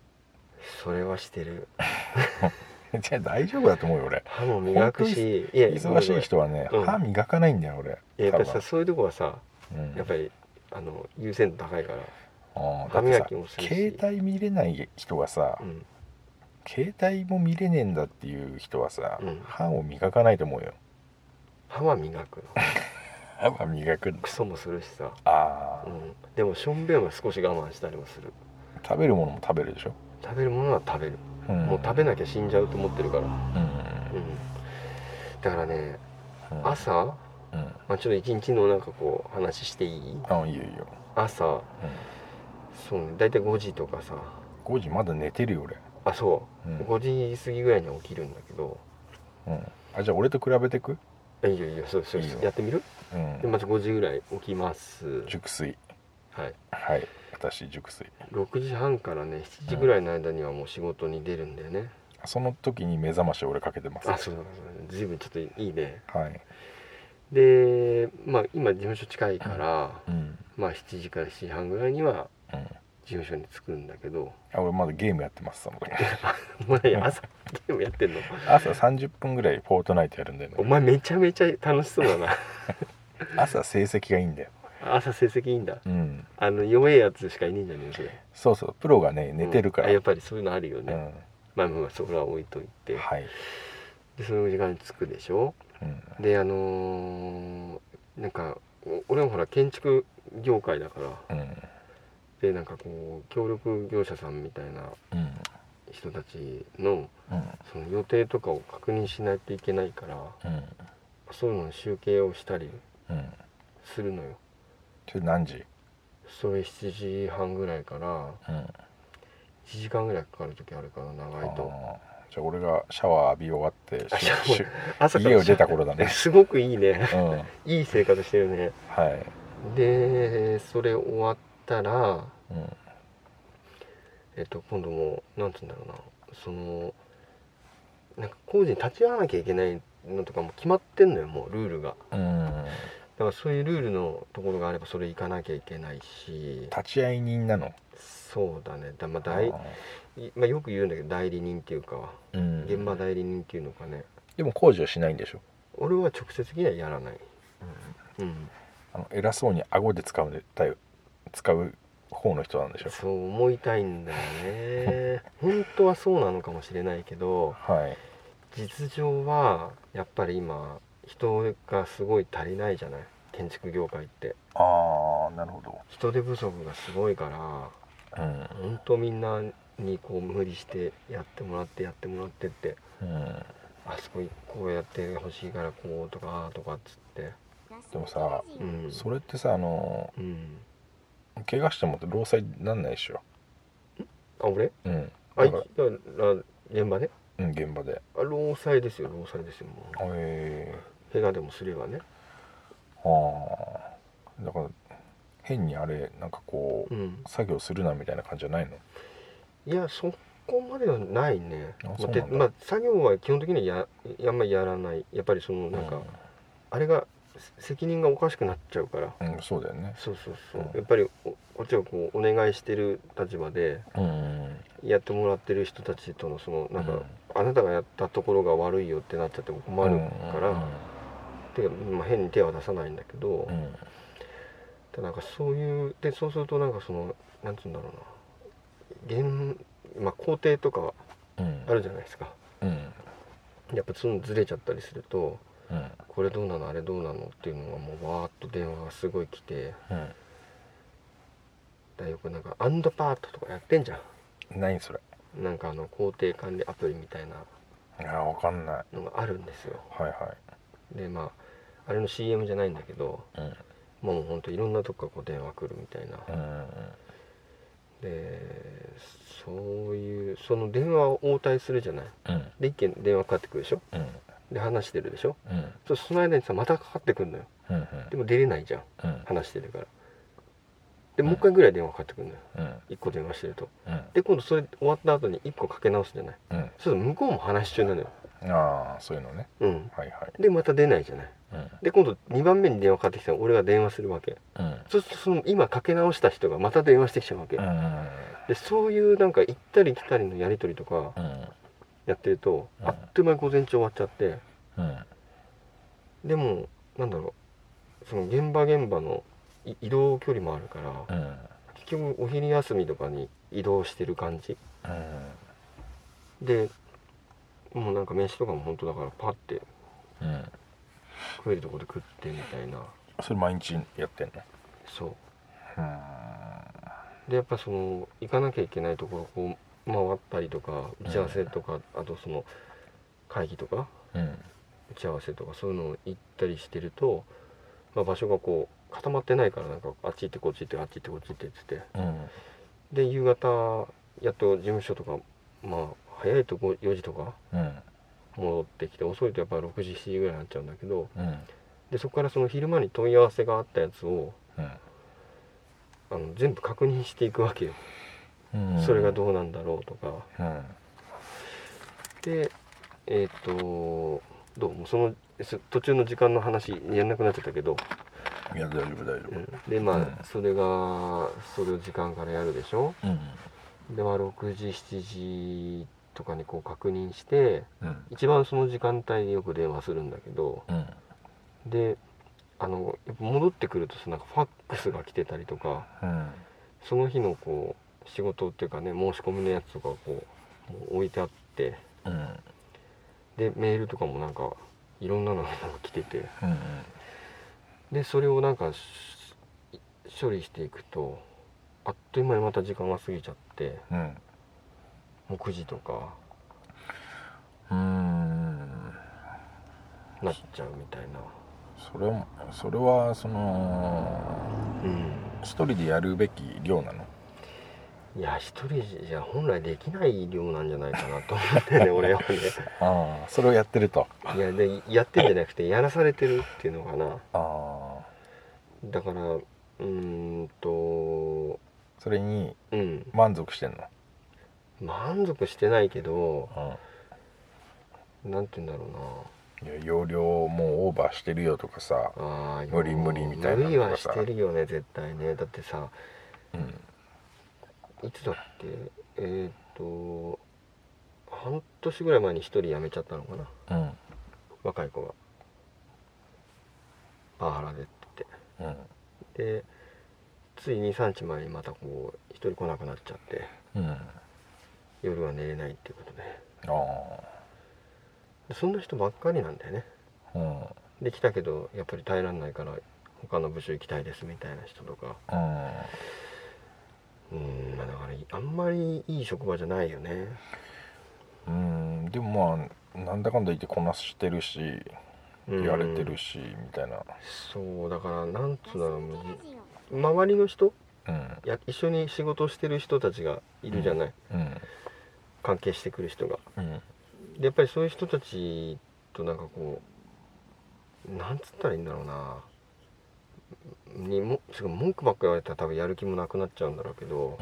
B: それはしてる
C: あ じゃあ大丈夫だと思うよ俺
B: 歯も磨くしいや
C: 忙しい人はね、
B: うん
C: 歯磨かないんだよ俺
B: いややっぱり
C: 多
B: さ
C: 分
B: そういうとこはさ
C: うん
B: やっぱりあの優先度高いから、
C: あー
B: 歯
C: だ
B: 磨
C: って
B: きも
C: さ
B: するし
C: 携帯見れない人がさ、
B: うん、
C: 携帯も見れねえんだっていう人はさ、
B: うん
C: 歯を磨かないと思うよ
B: 歯は磨く
C: 歯は磨くんだ
B: クソもするしさ、
C: あ
B: う
C: ー、
B: ん、でもしょんべんは少し我慢したりもする
C: 食べるものも食べるでしょ、
B: 食べるものは食べる、
C: うん、
B: もう食べなきゃ死んじゃうと思ってるから、
C: うん、
B: うん、だからね
C: うん、
B: 朝、
C: うん
B: まあ、ちょっと一日のなんかこう話していい
C: あいいよいいよ、
B: 朝
C: う
B: そうね大体5時とかさ
C: ん、5時まだ寝てるよ俺、
B: あそうう、
C: ん
B: 5時過ぎぐらいに起きるんだけど
C: うん、あじゃあ俺と比べてく、
B: えいいよいいよそうそう
C: いいよ
B: やってみる
C: う
B: で
C: ん、
B: まず5時ぐらい起きます
C: 熟睡
B: はい
C: はい私熟睡
B: 6時半からね7時ぐらいの間にはもう仕事に出るんだよね、
C: その時に目覚まし俺かけてます
B: あそうだそうだ随分ちょっといいね
C: はい、
B: でまあ今事務所近いから、
C: うん
B: まあ7時から7時半ぐらいには
C: うん、
B: 事務所に着くんだけど
C: あ俺まだゲームやってますその時
B: お前朝ゲームやってんの
C: 朝30分ぐらいフォートナイトやるんだよ
B: お
C: ね
B: 前めちゃめちゃ楽しそうだ な
C: 朝成績がいいんだよ
B: 朝成績いいんだ
C: うん
B: あの弱いやつしかいねえんじゃねえのそれ
C: そうそうプロがね寝てるか
B: うんあ
C: ら、うん
B: やっぱりそういうのあるよね、まあまあそこらは置いといて
C: はい、
B: でその時間に着くでしょ
C: うん、
B: であのーなんかお俺もほら建築業界だから
C: うん
B: でなんかこう協力業者さんみたいな
C: うん
B: 人たちの
C: うん
B: その予定とかを確認しないといけないから
C: うん
B: そういうのの集計をしたり
C: うん
B: するのよ
C: それ何時
B: それ7時半ぐらいから
C: うん
B: 1時間ぐらいかかる時あるから長いと
C: あーじゃあ俺がシャワー浴び終わって
B: あシャワー
C: しゅ
B: 朝から
C: 家を出た頃だね
B: すごくいいね
C: しゅうんはい
B: い生活してるねでそれ終わったら
C: うん
B: えっと今度もうなんつうんだろうなそのなんか工事に立ち会わなきゃいけないのとかも決まってんのよもうルールが
C: うん
B: だからそういうルールのところがあればそれ行かなきゃいけないし
C: 立ち会い人なの
B: そうだねだ、まあ代
C: あ
B: いまあ、よく言うんだけど代理人っていうか
C: ーうん
B: 現場代理人っていうのかね
C: でも工事はしないんでしょ
B: 俺は直接的にはやらないうん、
C: あの偉そうに顎で使うでたい使う方の人なんでしょ
B: そう思いたいんだよね本当はそうなのかもしれないけど
C: はい
B: 実情はやっぱり今人がすごい足りないじゃない建築業界って
C: ああなるほど
B: 人手不足がすごいから
C: うん
B: 本当みんなにこう無理してやってもらってやってもらってって
C: うん
B: あそここうやってほしいからこうとかああとかっつって
C: でもさ
B: うん
C: それってさあの
B: うん
C: 怪我しても労災なんないでしょ
B: あ俺
C: うん
B: あ
C: だ
B: い
C: から
B: だから現場ね
C: うん現場で
B: あ労災ですよ労災ですよもう
C: へえ
B: 怪我でもすればね
C: ああだから変にあれなんかこう、
B: うん
C: 作業するなみたいな感じじゃないの
B: いやそこまではないね
C: あ
B: ま
C: そう
B: あ
C: なん
B: て
C: だ
B: まあ作業は基本的にやあんまりやらないやっぱりそのなんか、あれがせ責任がおかしくなっちゃうから
C: うん、うんそうだよね
B: そうそうそう、
C: うん
B: やっぱりおこっちがこうお願いしてる立場で
C: うん
B: やってもらってる人たちとのそのなんか、
C: うん
B: あなたがやったところが悪いよってなっちゃっても困るから、手がまあ、変に手は出さないんだけど、
C: うんうん
B: ただなんかそういうでそうするとなんかそのなんつうんだろうな現、まあ、工程とか
C: うん
B: あるじゃないですか。
C: うん
B: やっぱそういうのずれちゃったりすると
C: うん
B: これどうなのあれどうなのっていうのがもうわーっと電話がすごい来てだよくなんか「アンドパート」とかやってんじゃ
C: うん何それ
B: んなんかあの工程管理アプリみたいな
C: あーわかんない
B: のがあるんですよ
C: はいは
B: でまああれの CM じゃないんだけど
C: いうん
B: もうほんといろんなとこからこう電話来るみたいな
C: うん
B: でそういうその電話を応対するじゃない
C: うん
B: で一件電話かかってくるでしょ
C: うん
B: で話してるでしょ
C: うん
B: そその間にさまたかかってくるのよ
C: うんうん
B: でも出れないじゃん
C: うん
B: 話してるからでもう一回ぐらい電話かかってくるのよ
C: うん
B: 1個電話してると
C: うん
B: で今度それ終わった後に1個かけ直すじゃない
C: うん
B: そうすると向こうも話し中なのよ
C: ああそういうのね
B: うん
C: はいはい
B: でまた出ないじゃない
C: うん
B: で今度2番目に電話かかってきたら俺が電話するわけ
C: うん
B: そうするとその今かけ直した人がまた電話してきちゃうわけ、
C: うん
B: でそういうなんか行ったり来たりのやり取りとか
C: うん
B: やってると、
C: うん
B: あっという間に午前中終わっちゃって
C: うん
B: でもなんだろうその現場現場のい移動距離もあるから、
C: うん
B: 結局お昼休みとかに移動してる感じ
C: うん
B: でもうなんか飯とかも本当だからパッて
C: うん
B: 食えるとこで食ってみたいな
C: それ毎日やってんの
B: そ
C: うん
B: うでやっぱその行かなきゃいけないところこう回ったりとか打ち合わせとか、あとその会議とか
C: うん
B: 打ち合わせとかそういうのを行ったりしてると、まあ、場所がこう固まってないからなんかあっち行ってこっち行ってあっち行ってこっち行ってっつって
C: うん
B: で夕方やっと事務所とかまあ早いとこ4時とか
C: うん
B: 戻ってきて遅いとやっぱ6時7時ぐらいになっちゃうんだけど
C: うん
B: でそこからその昼間に問い合わせがあったやつをあの全部確認していくわけよ、
C: うん
B: それがどうなんだろうとか
C: うん
B: でえっ、とどうもそのす途中の時間の話やんなくなっちゃったけど、
C: いや大丈夫大丈
B: う
C: 夫
B: んでまあ、
C: うん
B: それがそれを時間からやるでしょ
C: うん
B: でまあ6時7時とかにこう確認して
C: うん
B: 一番その時間帯によく電話するんだけど
C: うん
B: であのやっぱ戻ってくるとさなんかファックスが来てたりとか
C: うん
B: その日のこう仕事っていうかね申し込みのやつとかをこうもう置いてあって
C: うん
B: でメールとかもなんかいろんなのが来てて
C: うん
B: でそれをなんかし処理していくとあっという間にまた時間が過ぎちゃって
C: うん
B: もう9時とか
C: うーん
B: なっちゃうみたいな。
C: それはそれはその
B: うん
C: 一人でやるべき量なの
B: いや一人じゃ本来できない量なんじゃないかなと思ってね俺はね
C: ああそれをやってると
B: いやでやってんじゃなくてやらされてるっていうのかな
C: ああ
B: だからうーんと
C: それに
B: うん
C: 満足してんの
B: 満足してないけど
C: う
B: なんて言うんだろ
C: んいや容量もうオーバーしてるよとかさ
B: うなあー
C: 無理無理みたいなのとかさ
B: 無理はしてるよね絶対ねだってさ
C: うん
B: いつだっけえーっと半年ぐらい前に一人辞めちゃったのかな
C: うん
B: 若い子がパワハラでって
C: うん
B: でつい23日前にまたこう一人来なくなっちゃって
C: うんあ
B: 夜は寝れないっていうことで
C: あ
B: でそんな人ばっかりなんだよね
C: うん
B: できたけどやっぱり耐えられないから他の部署行きたいですみたいな人とか
C: うん
B: うんまあだからあんまりいい職場じゃないよね
C: うんでもまあなんだかんだ言ってこなしてるし
B: うん
C: 言われてるし、みたいな
B: そうだからなんつう
D: そ
B: んだろう
D: う
B: む
D: なの
B: ず周りの人
C: うん
B: や一緒に仕事してる人たちがいるじゃない、
C: うん
B: 関係してくる人が
C: うん
B: でやっぱりそういう人たちとなんかこうなんつったらいいんだろうなにもしかも文句ばっか言われたら多分やる気もなくなっちゃうんだろうけど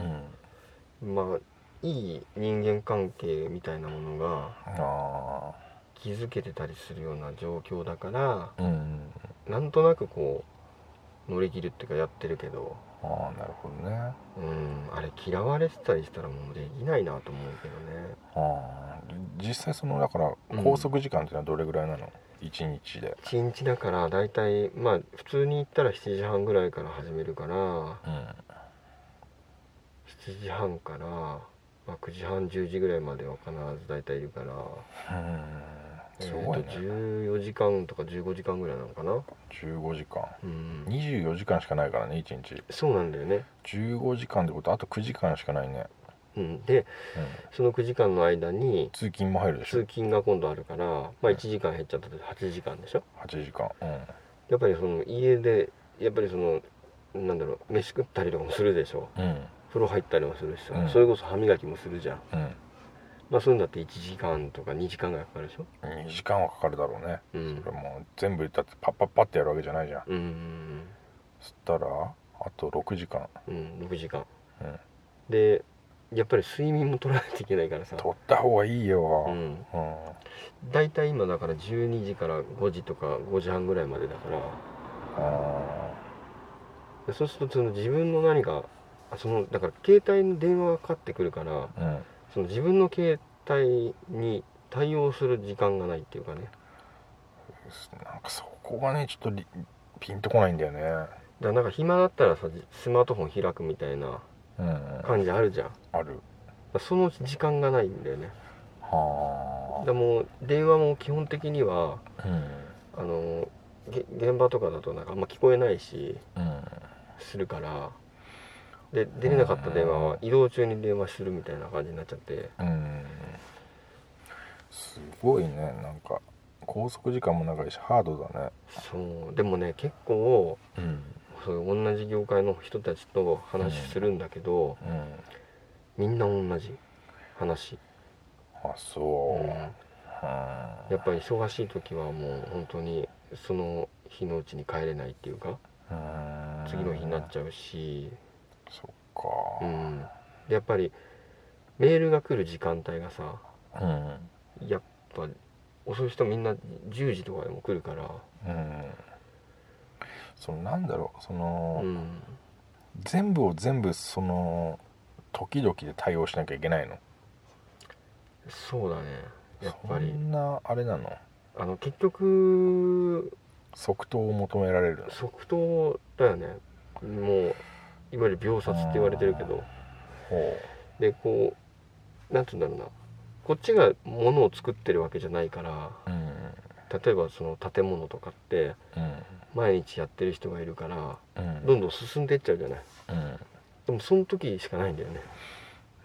C: う、ん
B: まあいい人間関係みたいなものが
C: あ
B: 築けてたりするような状況だから
C: あうん
B: なんとなくこう乗り切るっていうかやってるけど
C: ああなるほどね
B: うんあれ嫌われてたりしたらもうできないなと思うけどね
C: ああ実際そのだから
B: うん
C: 拘束時間っていうのはどれぐらいなの、一日で
B: 1日だからだいたいまあ普通に行ったら7時半ぐらいから始めるから
C: うん
B: 7時半から、まあ、9時半10時ぐらいまでは必ず大体いるから
C: うんすごいね
B: えーと14時間とか15時間ぐらいなのかな
C: 15時間
B: うん
C: 24時間しかないからね1日
B: そうなんだよね、
C: 15時間ってことあと9時間しかないね、
B: うん、で
C: うん、
B: その9時間の間に
C: 通勤も入るでしょ
B: 通勤が今度あるから、まあ、1時間減っちゃったと8時間でしょ
C: 8時間うん
B: やっぱりその家でやっぱりそのなんだろう飯食ったりとかもするでしょ
C: うん
B: 風呂入ったりもするしさ、
C: うん
B: それこそ歯磨きもするじゃん
C: うん
B: まあそういうのだって1時間とか2時間ぐらいかかるでしょ
C: 2時間はかかるだろうね
B: う
C: そ
B: ん
C: れもう全部だってパッパッパってやるわけじゃないじゃん
B: うん
C: そしたらあと6時間
B: うん6時間、
C: うん
B: でやっぱり睡眠も取らないといけないからさ
C: 取った方がいいよ
B: う
C: うん
B: ん
C: あ
B: 大体今だから12時から5時とか5時半ぐらいまでだから
C: あ
B: でそうするとその自分の何かあそのだから携帯の電話がかかってくるから
C: うん
B: その自分の携帯に対応する時間がないっていうかね
C: なんかそこがねちょっとりピンとこないんだよね
B: だからなんか暇だったらさスマートフォン開くみたいな
C: うん
B: 感じあるじゃんだか
C: ある
B: らその時間がないんだよねだ
C: は
B: からもう電話も基本的には
C: あうん
B: あのげ現場とかだとなんかあんま聞こえないし
C: うん
B: するからで出れなかった電話は移動中に電話するみたいな感じになっちゃって
C: うんすごいねなんか拘束時間も長いしハードだね
B: そうでもね結構
C: うん
B: そういう同じ業界の人たちと話するんだけど、
C: うん
B: みんな同じ話、
C: あそう、
B: うん
C: うん
B: やっぱり忙しい時はもう本当にその日のうちに帰れないっていうか
C: うん
B: 次の日になっちゃうし、
C: そっ
B: う
C: か
B: ん、でやっぱりメールが来る時間帯がさ
C: うん
B: やっぱ遅い人みんな10時とかでも来るから、
C: うんそのなんだろうその、
B: うん、
C: 全部を全部その時々で対応しなきゃいけないの
B: そうだねやっぱり
C: そんなあれなの
B: あの結局
C: 即答を求められるの
B: 即答だよねもういわゆる秒殺って言われてるけど
C: ほ
B: でこうなんて言うんだろうなこっちがものを作ってるわけじゃないから
C: ううん
B: 例えばその建物とかって
C: うん
B: 毎日やってる人がいるから
C: うん
B: どんどん進んでいっちゃうじゃない
C: うん
B: でもその時しかないんだよね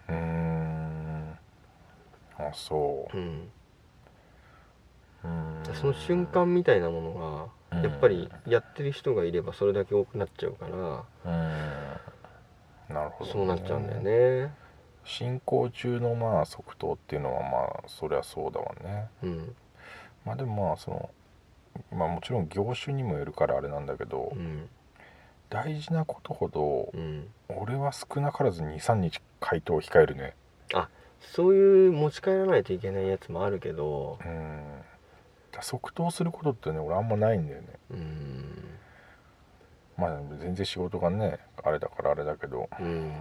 C: うーんあそ
B: うん
C: ううん
B: その瞬間みたいなものがやっぱりやってる人がいればそれだけ多くなっちゃうから
C: うんなるほどね、
B: そうなっちゃうんだよね
C: 進行中のまあ即答っていうのはまあそりゃそうだわね
B: うん
C: まあでもまあそのまあもちろん業種にもよるからあれなんだけど、
B: うん
C: 大事なことほど
B: うん
C: 俺は少なからず23日回答を控えるね
B: そういう持ち帰らないといけないやつもあるけど
C: うんだ即答することってね俺あんまないんだよね
B: うん
C: まあ全然仕事がねあれだからあれだけど
B: うん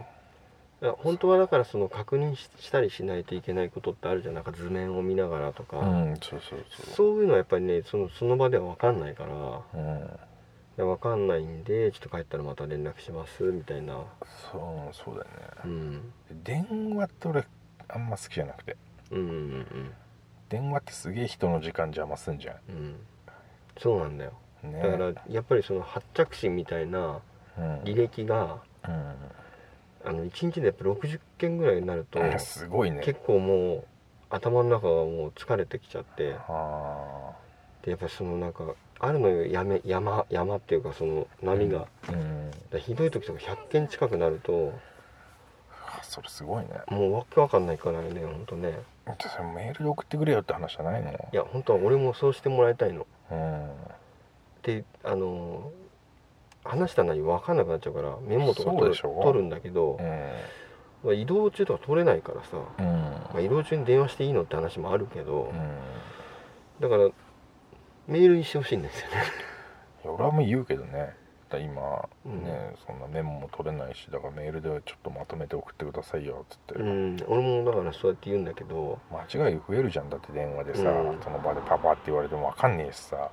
B: いや本当はだからその確認ししたりしないといけないことってあるじゃんなんか図面を見ながらとか、
C: うんそうそうそう
B: そういうのはやっぱりねそのその場では分かんないから
C: うん
B: で分かんないんでちょっと帰ったらまた連絡しますみたいな
C: そうそうだよね
B: うん
C: 電話って俺あんま好きじゃなくて
B: うんうんうん
C: 電話ってすげえ人の時間邪魔すんじゃ
B: うんそうなんだよ
C: んね
B: だからやっぱりその発着信みたいな
C: うん
B: 履歴が
C: うん
B: あの1日でやっぱ60件ぐらいになると
C: うんすごいね
B: 結構もう頭の中がもう疲れてきちゃって
C: あ
B: でやっぱそのなんかあるのよやめ山山っていうかその波が、だか
C: ーうん
B: らひどい時とか100件近くなると
C: あそれすごいね
B: もうわけわかんないからねほんとね
C: じゃあそれメールで送ってくれよって話じゃないの
B: いや本当は俺もそうしてもらいたいの
C: うん
B: であの話した内容分かんなくなっちゃうからメモとか
C: そう
B: 取
C: で
B: る
C: しょ
B: 取るんだけど
C: う、ん
B: まあ移動中とか取れないからさ、ま
C: うん
B: あ移動中に電話していいのって話もあるけど、
C: うん
B: だからメールにしてほしいんですよね
C: いや俺はもう言うけどねだ今
B: うん
C: ね、そんなメモも取れないしだからメールでちょっとまとめて送ってくださいよっつって、
B: うん俺もだからそうやって言うんだけど
C: 間違い増えるじゃんだって電話でさ、
B: うん
C: その場でパパって言われてもわかんねえしさ、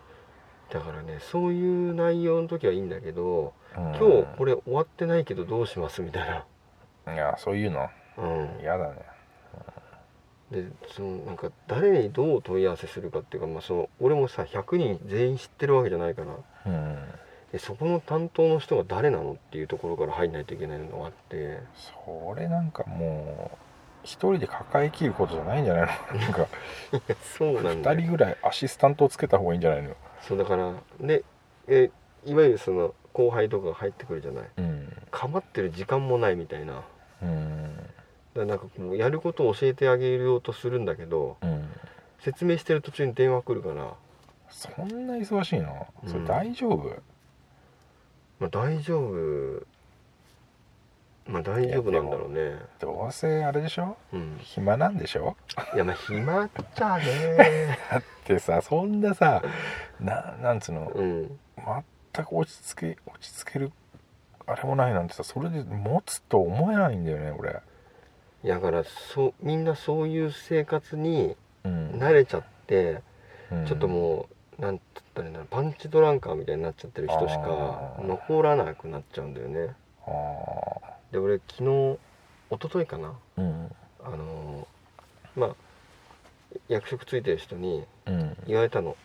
B: だからねそういう内容の時はいいんだけど
C: うん
B: 今日これ終わってないけどどうしますみたいな、
C: いやそういうの
B: うん、
C: 嫌だね
B: でそのなんか誰にどう問い合わせするかっていうか、まあ、その俺もさ100人全員知ってるわけじゃないから
C: うん
B: でそこの担当の人が誰なのっていうところから入んないといけないのがあって
C: それなんかもう一人で抱えきることじゃないんじゃないのなんか
B: そうなんだ
C: 2
B: よ
C: 人ぐらいアシスタントをつけた方がいいんじゃないの
B: そうだからでえいわゆるその後輩とかが入ってくるじゃない
C: うん
B: かまってる時間もないみたいなだか
C: うん
B: らなんかもうやることを教えてあげようとするんだけど
C: うん
B: 説明してる途中に電話来るから、
C: そんな忙しいのそれ
B: うん
C: 大丈夫、
B: まあ、大丈夫まあ大丈夫なんだろうね
C: どうせあれでしょ
B: うん
C: 暇なんでしょ
B: いやまあ暇っちゃね
C: でさそんなさななんつうの
B: うん
C: 全く落ち着け落ち着けるあれもないなんてさそれで持つと思えないんだよね俺
B: いやだからそうみんなそういう生活に
C: うん
B: 慣れちゃって、
C: うん
B: ちょっともうなんつったらいいんだろうパンチドランカーみたいになっちゃってる人しか
C: あー
B: 残らなくなっちゃうんだよね
C: あ
B: で俺昨日一昨日かな
C: ーうん
B: あのーまあ役職ついてる人に
C: うん
B: 言われたの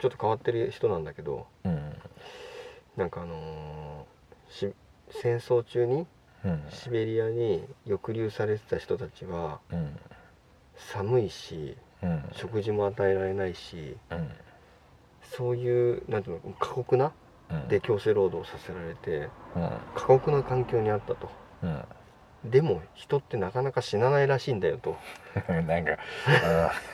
B: ちょっと変わってる人なんだけど
C: うん
B: なんかあのーし戦争中に
C: うん
B: シベリアに抑留されてた人たちは
C: うん
B: 寒いし
C: うん
B: 食事も与えられないし
C: うん
B: そういうなんていうの過酷な
C: うん
B: で強制労働させられて
C: うん
B: 過酷な環境にあったと
C: う
B: でも人ってなかなか死なないらしいんだよと
C: んなんか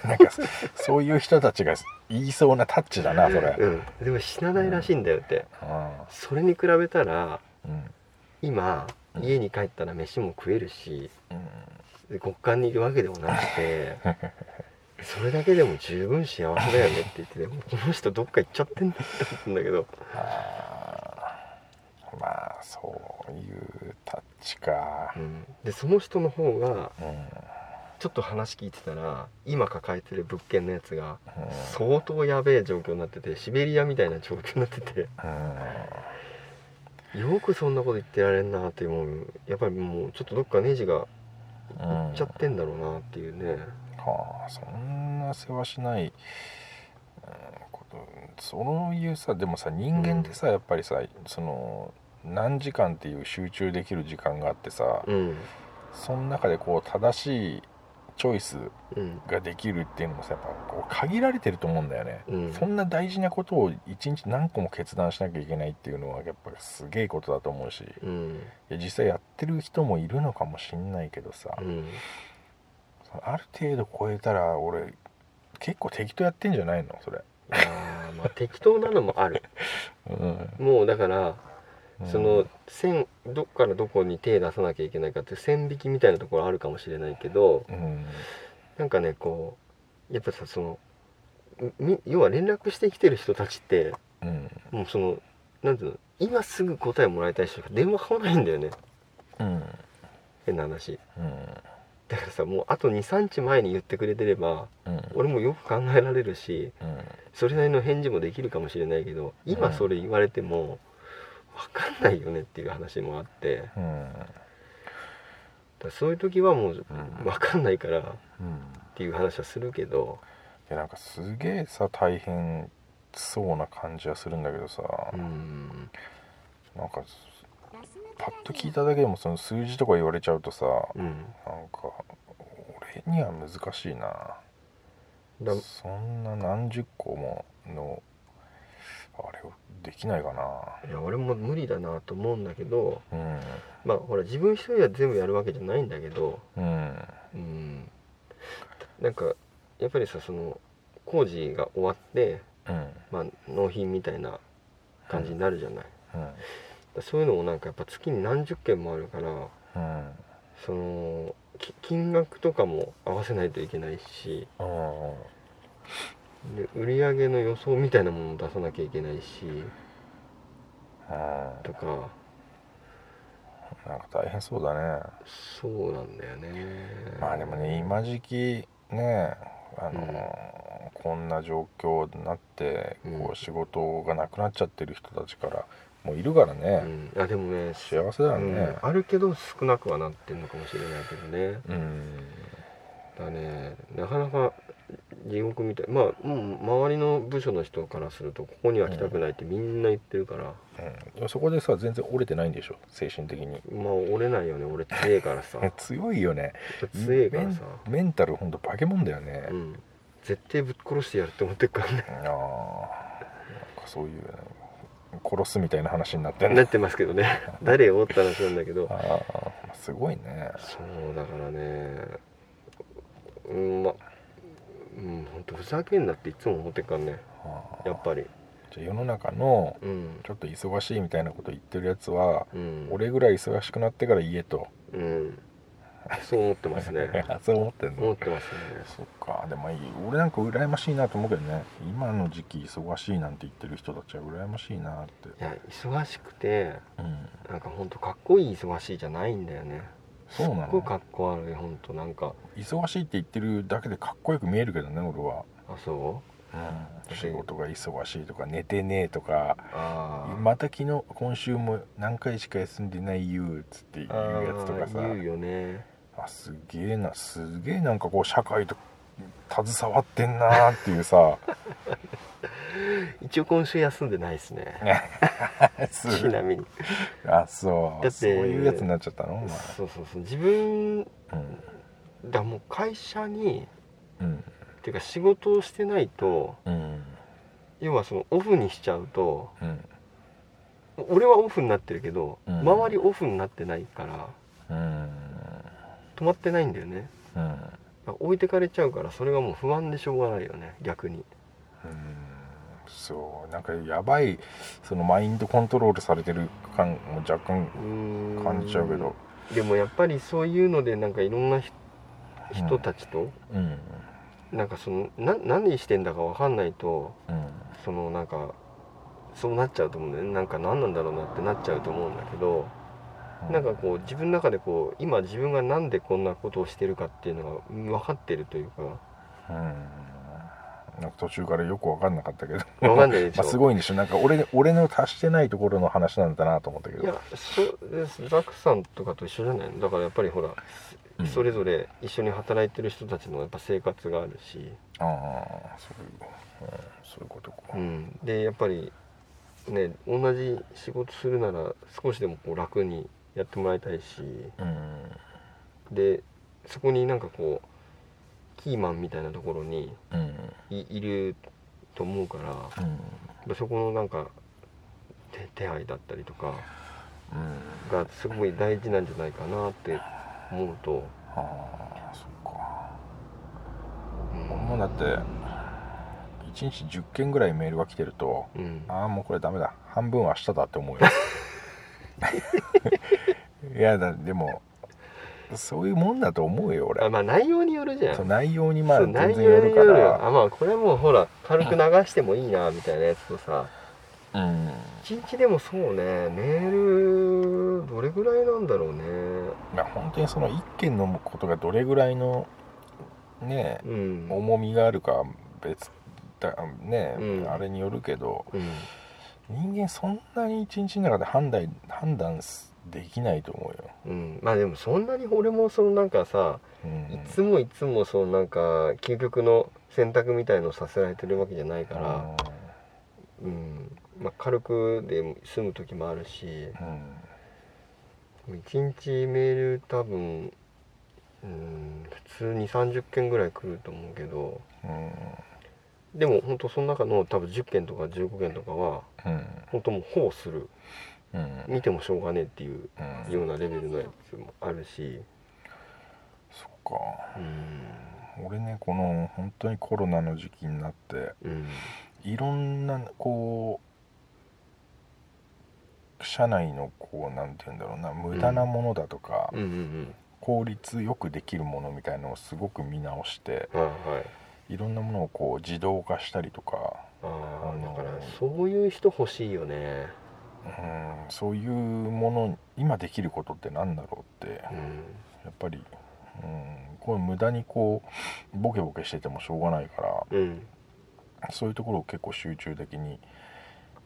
C: うんなんかそそういう人たちが言いそうなタッチだなそれ
B: うん、でも死なないらしいんだよって
C: あ
B: それに比べたら
C: ーうん
B: 今
C: うん
B: 家に帰ったら飯も食えるし
C: うん
B: で極寒にいるわけでもなく てそれだけでも十分幸せだよねって言っててもうこの人どっか行っちゃってんだって思ったんだけど
C: あーまあそういうタッチか
B: でその人の方が
C: うんうん
B: ちょっと話聞いてたら今抱えてる物件のやつが相当やべえ状況になっててシベリアみたいな状況になってて
C: う
B: よくそんなこと言ってられんなって思うやっぱりもうちょっとどっかネジが
C: ん
B: いっちゃってんだろうなっていうね
C: はあそんな世話しない、うん、ことそういうさでもさ人間ってさやっぱりさその何時間っていう集中できる時間があってさ、
B: うん
C: その中でこう正しいチョイス
B: うん
C: ができるっていうのもさやっぱこう限られてると思うんだよね、
B: うん
C: そんな大事なことを一日何個も決断しなきゃいけないっていうのはやっぱすげえことだと思うしい
B: うん
C: や実際やってる人もいるのかもしんないけどさ、
B: うん
C: ある程度超えたら俺結構適当やってんじゃないのそれ、
B: いやー まあ適当なのもある
C: うん
B: もうだから
C: うん
B: その線どっからどこに手出さなきゃいけないかっていう線引きみたいなところあるかもしれないけど
C: うん
B: なんかねこうやっぱさそのみ要は連絡してきてる人たちって
C: うん
B: もうそのなんていうの今すぐ答えもらいたい人しか電話買わないんだよね
C: うん
B: 変な話
C: うん
B: だからさもうあと23日前に言ってくれてれば
C: うん
B: 俺もよく考えられるしそれなりの返事もできるかもしれないけど今それ言われても分かんないよねっていう話もあってだか
C: うん
B: らそういう時はもう
C: うん
B: 分かんないからっ
C: うん
B: ていう話はするけど、
C: いやなんかすげえさ大変そうな感じはするんだけどさ、
B: うん、
C: なんかパッと聞いただけでもその数字とか言われちゃうとさ
B: うん
C: なんか俺には難しいな
B: だ
C: そんな何十個ものあれをできないか
B: いや俺も無理だなと思うんだけど
C: なうん
B: まあほら自分一人は全部やるわけじゃないんだけど
C: うん
B: うんなんかやっぱりさその工事が終わって、
C: うん
B: まあ、納品みたいな感じになるじゃない、
C: うん
B: だそういうのもなんかやっぱ月に何十件もあるから
C: うん
B: そのき金額とかも合わせないといけないし
C: うん
B: で売り上げの予想みたいなものを出さなきゃいけないし
C: うん
B: とか
C: なんか大変そうだね
B: そうなんだよね
C: まあでもね今時期ねあの、こんな状況になってこ
B: うん
C: う仕事がなくなっちゃってる人たちからもういるから
B: う
C: ね、
B: ん、あでもね
C: 幸せだよね
B: うんあるけど少なくはなってるのかもしれないけどね
C: うん、
B: だねなかなか地獄みたいまあもう周りの部署の人からするとここには来たくないってみんな言ってるから、
C: うんでもそこでさ全然折れてないんでしょ精神的に
B: まあ折れないよね俺強えからさ
C: 強いよね
B: 強えからさ、
C: メンメンタルほんと化け物だよね、
B: うん、絶対ぶっ殺してやるって思ってるからね
C: ああなんかそういう、ね、殺すみたいな話になってん
B: な
C: ね
B: ってますけどね 誰をって話なんだけど
C: ああすごいね
B: そうだからねうんまうん本当ふざけんなっていつも思ってっからね
C: ああ
B: やっぱり
C: じゃあ世の中の
B: うん
C: ちょっと忙しいみたいなこと言ってるやつは
B: うん
C: 俺ぐらい忙しくなってから言えと
B: うんそう思ってますね
C: そう思ってん
B: 思っ
C: の
B: てますね
C: そっかでもいい俺なんか羨ましいなと思うけどね今の時期忙しいなんて言ってる人たちは羨ましいなって
B: いや忙しくて
C: うん
B: なんかほんとかっこいい忙しいじゃないんだよね
C: そうな
B: すっごい
C: の
B: かっこ悪いほんとなんか
C: 忙しいって言ってるだけでかっこよく見えるけどね俺は、
B: あそう
C: うん、仕事が忙しいとか寝てねえとか
B: あー
C: また昨日今週も何回しか休んでないよっつって言うやつとかさ
B: あー言うよね
C: あすげえなすげえなんかこう社会と携わってんなーっていう さ
B: 一応今週休んでないですね
C: す
B: ちなみに
C: あそ
B: だ
C: う
B: って
C: そういうやつになっちゃったの
B: そうそうそう自分
C: お前うん
B: だもう会社に
C: うん
B: っていうか仕事をしてないと
C: うん
B: 要はそのオフにしちゃうと
C: うん
B: 俺はオフになってるけど、
C: うん
B: 周りオフになってないから
C: うん
B: 止まってないんだよね
C: うん
B: だから置いてかれちゃうからそれがもう不安でしょうがないよね逆に
C: うんそうなんかやばいそのマインドコントロールされてる感も若干
B: うーん
C: 感じちゃうけど
B: でもやっぱりそういうのでなんかいろんなひ人たちと、
C: うん
B: なんかそのな何してんだかわかんないと
C: うん
B: そのなんかそうなっちゃうと思うんだよねなんか何なんだろうなってなっちゃうと思うんだけどなんかこう自分の中でこう今自分がなんでこんなことをしてるかっていうのがうん分かってるというか
C: うんなんか途中からよく分かんなかったけど
B: 分かんないでし
C: ま
B: ょ
C: あ、すごいんでしょなんか俺俺の足してないところの話なんだなと思ったけど
B: いやそうですザクさんとかと一緒じゃないのだからやっぱりほら、
C: うん
B: それぞれ一緒に働いてる人たちのやっぱ生活があるし、
C: ああそういう、うん、そういうことか、
B: うん、でやっぱりね同じ仕事するなら少しでもこう楽にやってもらいたいし
C: うん
B: でそこになんかこうキーマンみたいなところに
C: うん
B: いいると思うから
C: うん
B: まあそこのなんか手手配だったりとか
C: うん
B: がすごい大事なんじゃないかなって思うと、
C: ああそっか
B: うん
C: もうだって1日10件ぐらいメールが来てると
B: うん、
C: ああもうこれダメだ半分は明日だって思うよ いやだでもそういうもんだと思うよ
B: あ
C: 俺
B: まあ内容によるじゃん
C: そ
B: そ
C: う
B: う
C: 内容にまあ全
B: 内
C: 然
B: 容
C: よ
B: に
C: る
B: よ
C: か
B: るよあ
C: ら
B: まあこれはもうほら軽く流してもいいなみたいなやつとさ
C: うん
B: 一日でもそうねメールどれぐらいなんだろうね
C: まあ本当にその一件のことがどれぐらいのね
B: うん、
C: 重みがあるかは別だね、
B: うん
C: あれによるけど
B: うん、
C: 人間そんなに一日の中で判断判断すできないと思うよ、
B: うん、まあでもそんなに俺もそのなんかさ
C: うん
B: いつもいつもそのなんか究極の選択みたいのさせられてるわけじゃないから、うんまあ、軽くで済む時もあるし
C: うん
B: 1日メール多分うん普通に30件ぐらい来ると思うけど
C: うん
B: でも本当その中の多分10件とか15件とかは
C: うん
B: 本当もう保護する
C: うん
B: 見てもしょうがねえっていう
C: うん
B: ようなレベルのやつもあるし
C: そっか
B: うん
C: 俺ねこの本当にコロナの時期になって
B: うん
C: いろんなこう社内のこうなんて言うんだろうな無駄なものだとか、
B: うんうん
C: 効率よくできるものみたいのをすごく見直して
B: うんはいはい
C: いろんなものをこう自動化したりとか、
B: あ
C: あ
B: あ
C: のー
B: だからそういう人欲しいよね
C: うん、そういうもの今できることってなんだろうって
B: うん
C: やっぱり、うん、これ無駄にこうボケボケしててもしょうがないから
B: うん
C: そういうところを結構集中的に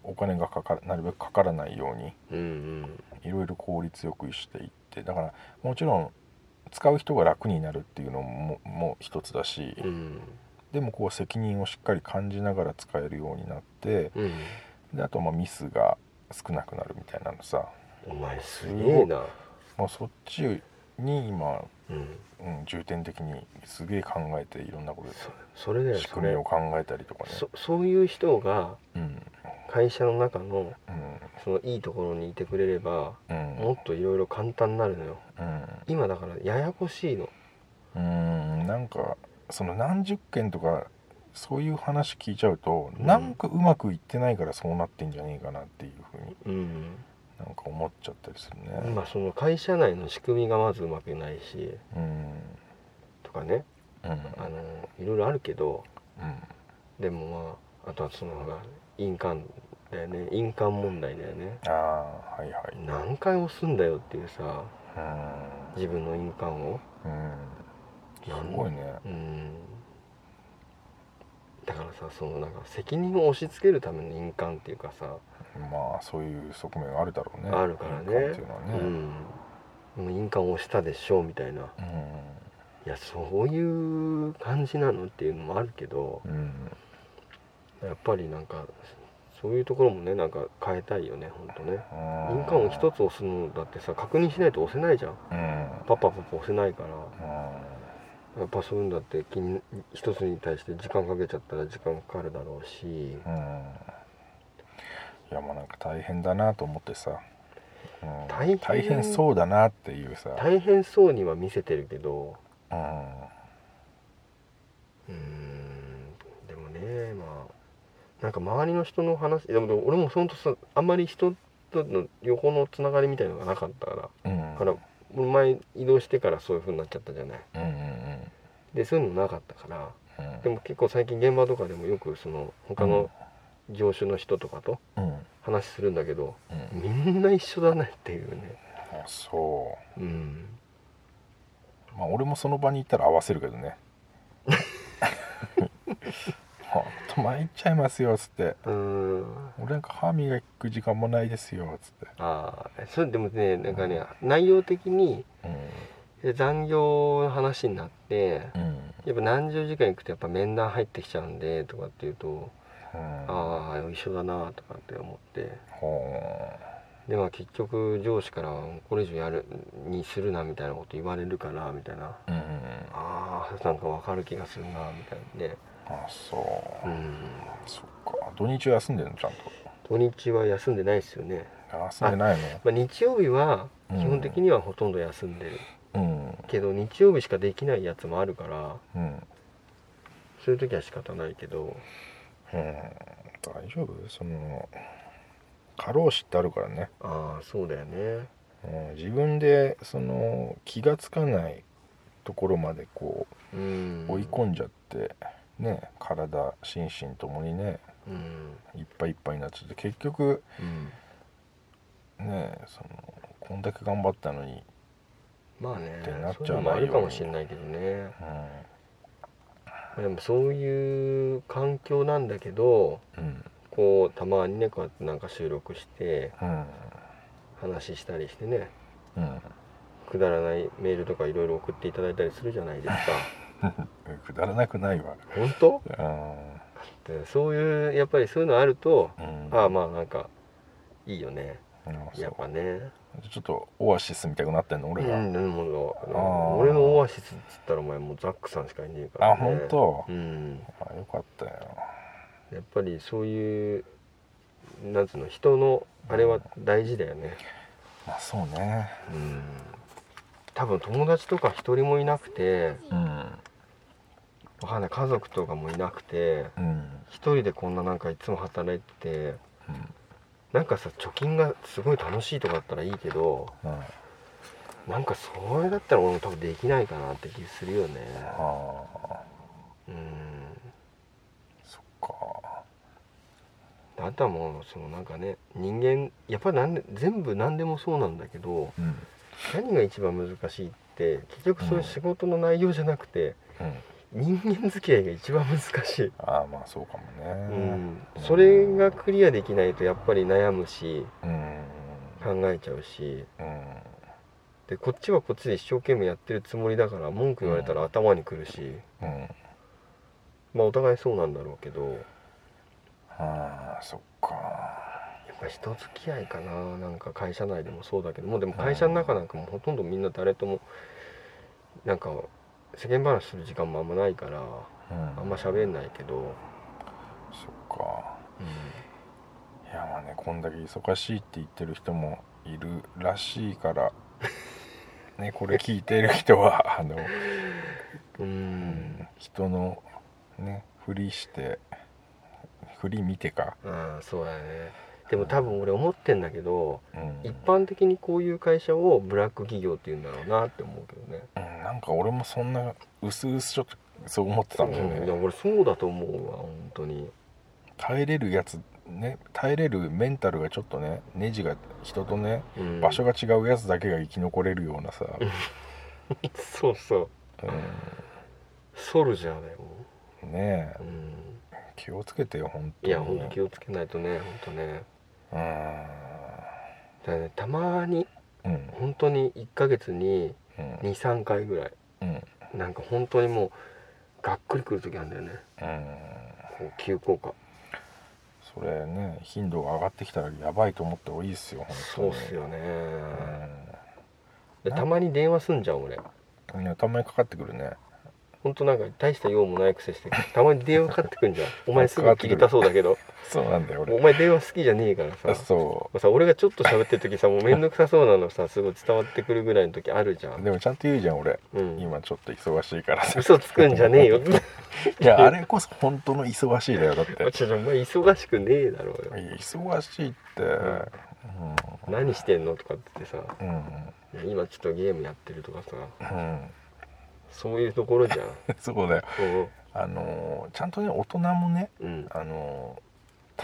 C: お金がかかるなるべくかからないように
B: うんうん
C: いろいろ効率よくしていってだからもちろん使う人が楽になるっていうのももう一つだし
B: うん
C: でもこう責任をしっかり感じながら使えるようになって
B: うん
C: であとまあミスが少なくなるみたいなのさ
B: お前すげえな
C: もうそっちに今、
B: うん
C: うん、重点的にすげえ考えていろんなこ
B: そ
C: と
B: それだ
C: で
B: よ
C: 仕
B: そ
C: 組み
B: れ
C: を考えたりとかね
B: そそういう人が
C: うん
B: 会社の中の
C: うん
B: そのいいところにいてくれれば
C: うん
B: もっといろいろ簡単になるのよ
C: うん
B: 今だからややこしいの
C: うーんなんかその何十件とかそういう話聞いちゃうと、
B: うん
C: なんかうまくいってないからそうなってんじゃねえかなっていうふうに
B: うん
C: なんか思っちゃったりするね。
B: 今その会社内の仕組みがまずうまくないし
C: うん
B: とかね
C: うん
B: あのいろいろあるけど
C: うん
B: でもまああとはそのほら印鑑だよね印鑑問題だよね
C: ああはいはい。
B: 何回押すんだよっていうさ自分の印鑑を
C: うんうんすごいね。
B: うんだからさそのなんか責任を押し付けるための印鑑っていうかさ、
C: まあそういう側面があるだろうね。
B: あるからね
C: 印鑑っていうのは
B: うん、
C: ね。
B: もう印鑑押したでしょみたいな「いやそういう感じなの?」っていうのもあるけど
C: うんうん
B: やっぱりなんかそういうところもねなんか変えたいよねほんとね
C: あー
B: 印鑑を一つ押すのだってさ確認しないと押せないじゃん
C: うん
B: パパパパ押せないから
C: うん
B: やっぱそういうんだって気に一つに対して時間かけちゃったら時間かかるだろうし
C: うんいやもうなんか大変だなと思ってさ、うん
B: 大変
C: そうだなっていうさ、
B: 大変そうには見せてるけど
C: うん
B: うーんでもねまあなんか周りの人の話でも俺もそのとさあんまり人との横のつながりみたいのがなかったから
C: うん、
B: だから俺前移動してからそういう風になっちゃったじゃない
C: うんうん
B: でそういうのなかったから
C: うんうん
B: でも結構最近現場とかでもよくその他の業種の人とかと
C: うん
B: 話するんだけど
C: うん
B: みんな一緒だねっていうね
C: あそ
B: うん
C: うまあ俺もその場に行ったら合わせるけどねほんと参っちゃいますよっつって
B: うーん
C: 俺なんか歯磨く時間もないですよっつって
B: ああそれでもねなんかね内容的に
C: う
B: で残業の話になって
C: んうん
B: やっぱ何十時間行くとやっぱ面談入ってきちゃうんでとかっていうと
C: うん
B: ああ一緒だなとかって思って
C: ほ
B: でまあ結局上司からはこれ以上やるにするなみたいなこと言われるからみたいな
C: ううんうん
B: ああなんか分かる気がするなみたいなね
C: あそう、
B: うん
C: そっか土日は休んでるのちゃんと
B: 土日は休んでないですよね、
C: 休んでないの
B: まあ、日曜日は
C: うん
B: 基本的にはほとんど休んでる
C: うん
B: けど日曜日しかできないやつもあるから
C: うん、
B: そういう時は仕方ないけど
C: うん、大丈夫その過労死ってあるからね、
B: ああそうだよね
C: うん、自分でその気がつかないところまでこ
B: うん
C: う追い込んじゃって、ね体心身ともにね
B: うん
C: いっぱいいっぱいになっちゃって結局
B: うん
C: ねそのこんだけ頑張ったのに、
B: まあね
C: ってなっ
B: そうい
C: ち
B: うの
C: ゃう
B: もあ
C: 内容に
B: るかもしれないけどね
C: う
B: でもそういう環境なんだけど
C: んうん
B: こうたまにねこうやってなんか収録して
C: うん
B: 話したりしてね
C: うん
B: くだらないメールとかいろいろ送っていただいたりするじゃ ないですか
C: くだらなくないわ
B: 本当
C: うん
B: でそういうやっぱりそういうのあると
C: うん
B: ああまあなんかいいよね
C: うん
B: やっぱね
C: ちょっとオアシスみたくなってんの俺が、
B: うん、でもな
C: あー
B: 俺のオアシスっつったらお前もうザックさんしかいねえから、
C: あ
B: ね、
C: 本当、
B: うん
C: あよかったよ
B: やっぱりそういうなんつうの人のあれは大事だよね、
C: まあそうね
B: うん、多分友達とか一人もいなくて
C: うん
B: わかんない家族とかもいなくて
C: うん
B: 一人でこんななんかいつも働いてて
C: うん
B: なんかさ貯金がすごい楽しいとかだったらいいけど
C: うん
B: なんかそれだったら俺も多分できないかなって気するよね
C: ああ
B: うん
C: そっか
B: あとはもうそのなんかね人間やっぱなんで全部何でもそうなんだけど
C: うん
B: 何が一番難しいって結局そういう仕事の内容じゃなくて、
C: うん
B: 人間付き合いが一番難しい、
C: ああまあそうかも
B: う
C: ね
B: ん、それがクリアできないとやっぱり悩むし
C: うん
B: 考えちゃうし
C: うん
B: でこっちはこっちで一生懸命やってるつもりだから文句言われたら頭にくるし、
C: うん
B: まあお互いそうなんだろうけど
C: ああそっか
B: やっぱ人付き合いかななんか会社内でもそうだけどもうでも会社の中なんかもうほとんどみんな誰ともなんか世間話する時間もあんまないから
C: うん
B: あんま喋んないけど、
C: そっかいやまあねこんだけ忙しいって言ってる人もいるらしい からねこれ聞いてる人はあの、
B: うん
C: 人のねふりしてふり見てか、
B: ああそうだねでも多分俺思ってんだけど
C: うん
B: 一般的にこういう会社をブラック企業っていうんだろうなって思うけどね
C: うんなんか俺もそんな薄々ちょっとそう思ってたんだよね、
B: うんいや俺そうだと思うわ本当に
C: 耐えれるやつね耐えれるメンタルがちょっとねネジが人とね
B: うん
C: 場所が違うやつだけが生き残れるようなさ、
B: そうそうソルジャーだよ、も
C: うんね
B: うう
C: え
B: ん
C: 気をつけてよ本当
B: い
C: に
B: やほんと気をつけないとねほんとね
C: うー
B: だからねたまに
C: んうん
B: 本当に1ヶ月に
C: うん
B: 23回ぐらい
C: うん
B: なんか本当にもうがっくりくる時あるんだよね
C: う
B: こ
C: ん
B: う急降下
C: それね頻度が上がってきたらやばいと思った方がいいっすよ
B: そう
C: 本当に
B: っすよね、
C: う
B: でたまに電話すんじゃん俺
C: んいやたまにかかってくるね
B: ほんとなんか大した用もないくせしてたまに電話かかってくんじゃん お前すぐ切りたそうだけど
C: そうなんだよ
B: もうお
C: 俺
B: 前電話好きじゃねえからさ
C: あそ
B: もうさ俺がちょっと喋ってる時さもう面倒くさそうなのさすごい伝わってくるぐらいの時あるじゃ、
C: うんでもちゃんと言うじゃん俺
B: うん、
C: 今ちょっと忙しいからさ
B: 嘘つくんじゃねえよ
C: いやあれこそ本当の忙しいだよだっ て
B: おちょちょお前忙しくねえだろうよ
C: いや忙しいってうん
B: 何してんのとかって言ってさ
C: うん
B: 今ちょっとゲームやってるとかさ
C: うん
B: そういうところじゃん
C: そうだよ
B: うん
C: あのーちゃんとね大人もね
B: うん
C: あのー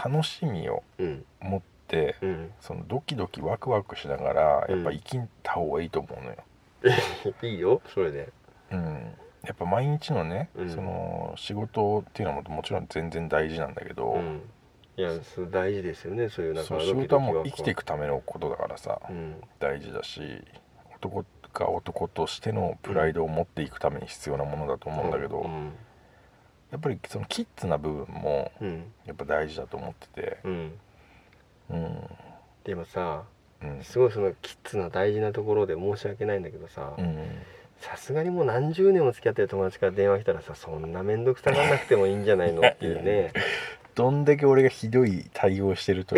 C: 楽しみを
B: うん
C: 持って
B: うん
C: そのドキドキワクワクしながら
B: うん
C: やっぱ生きた方がいいと思うのよ。
B: いいよそれで
C: うん、やっぱ毎日のね、
B: うん
C: その仕事っていうのももちろん全然大事なんだけど、
B: うんいやそれ大事ですよねそういうなん
C: そ
B: かド
C: う
B: キ
C: 仕
B: ドキ
C: 事はも
B: ワク
C: う
B: ワ
C: 生
B: ク
C: きていくためのことだからさ
B: うん
C: 大事だし男が男としてのプライドを持っていくために必要なものだと思うんだけど、
B: うん
C: やっぱりそのキッズな部分も
B: うん
C: やっぱ大事だと思ってて、
B: うん
C: うん
B: でもさ
C: うん
B: すごいそのキッズな大事なところで申し訳ないんだけどさ
C: うん、
B: さすがにもう何十年も付き合ってる友達から電話来たらさそんな面倒くさがらなくてもいいんじゃないのっていうね
C: どんだけ俺がひどい対応して ると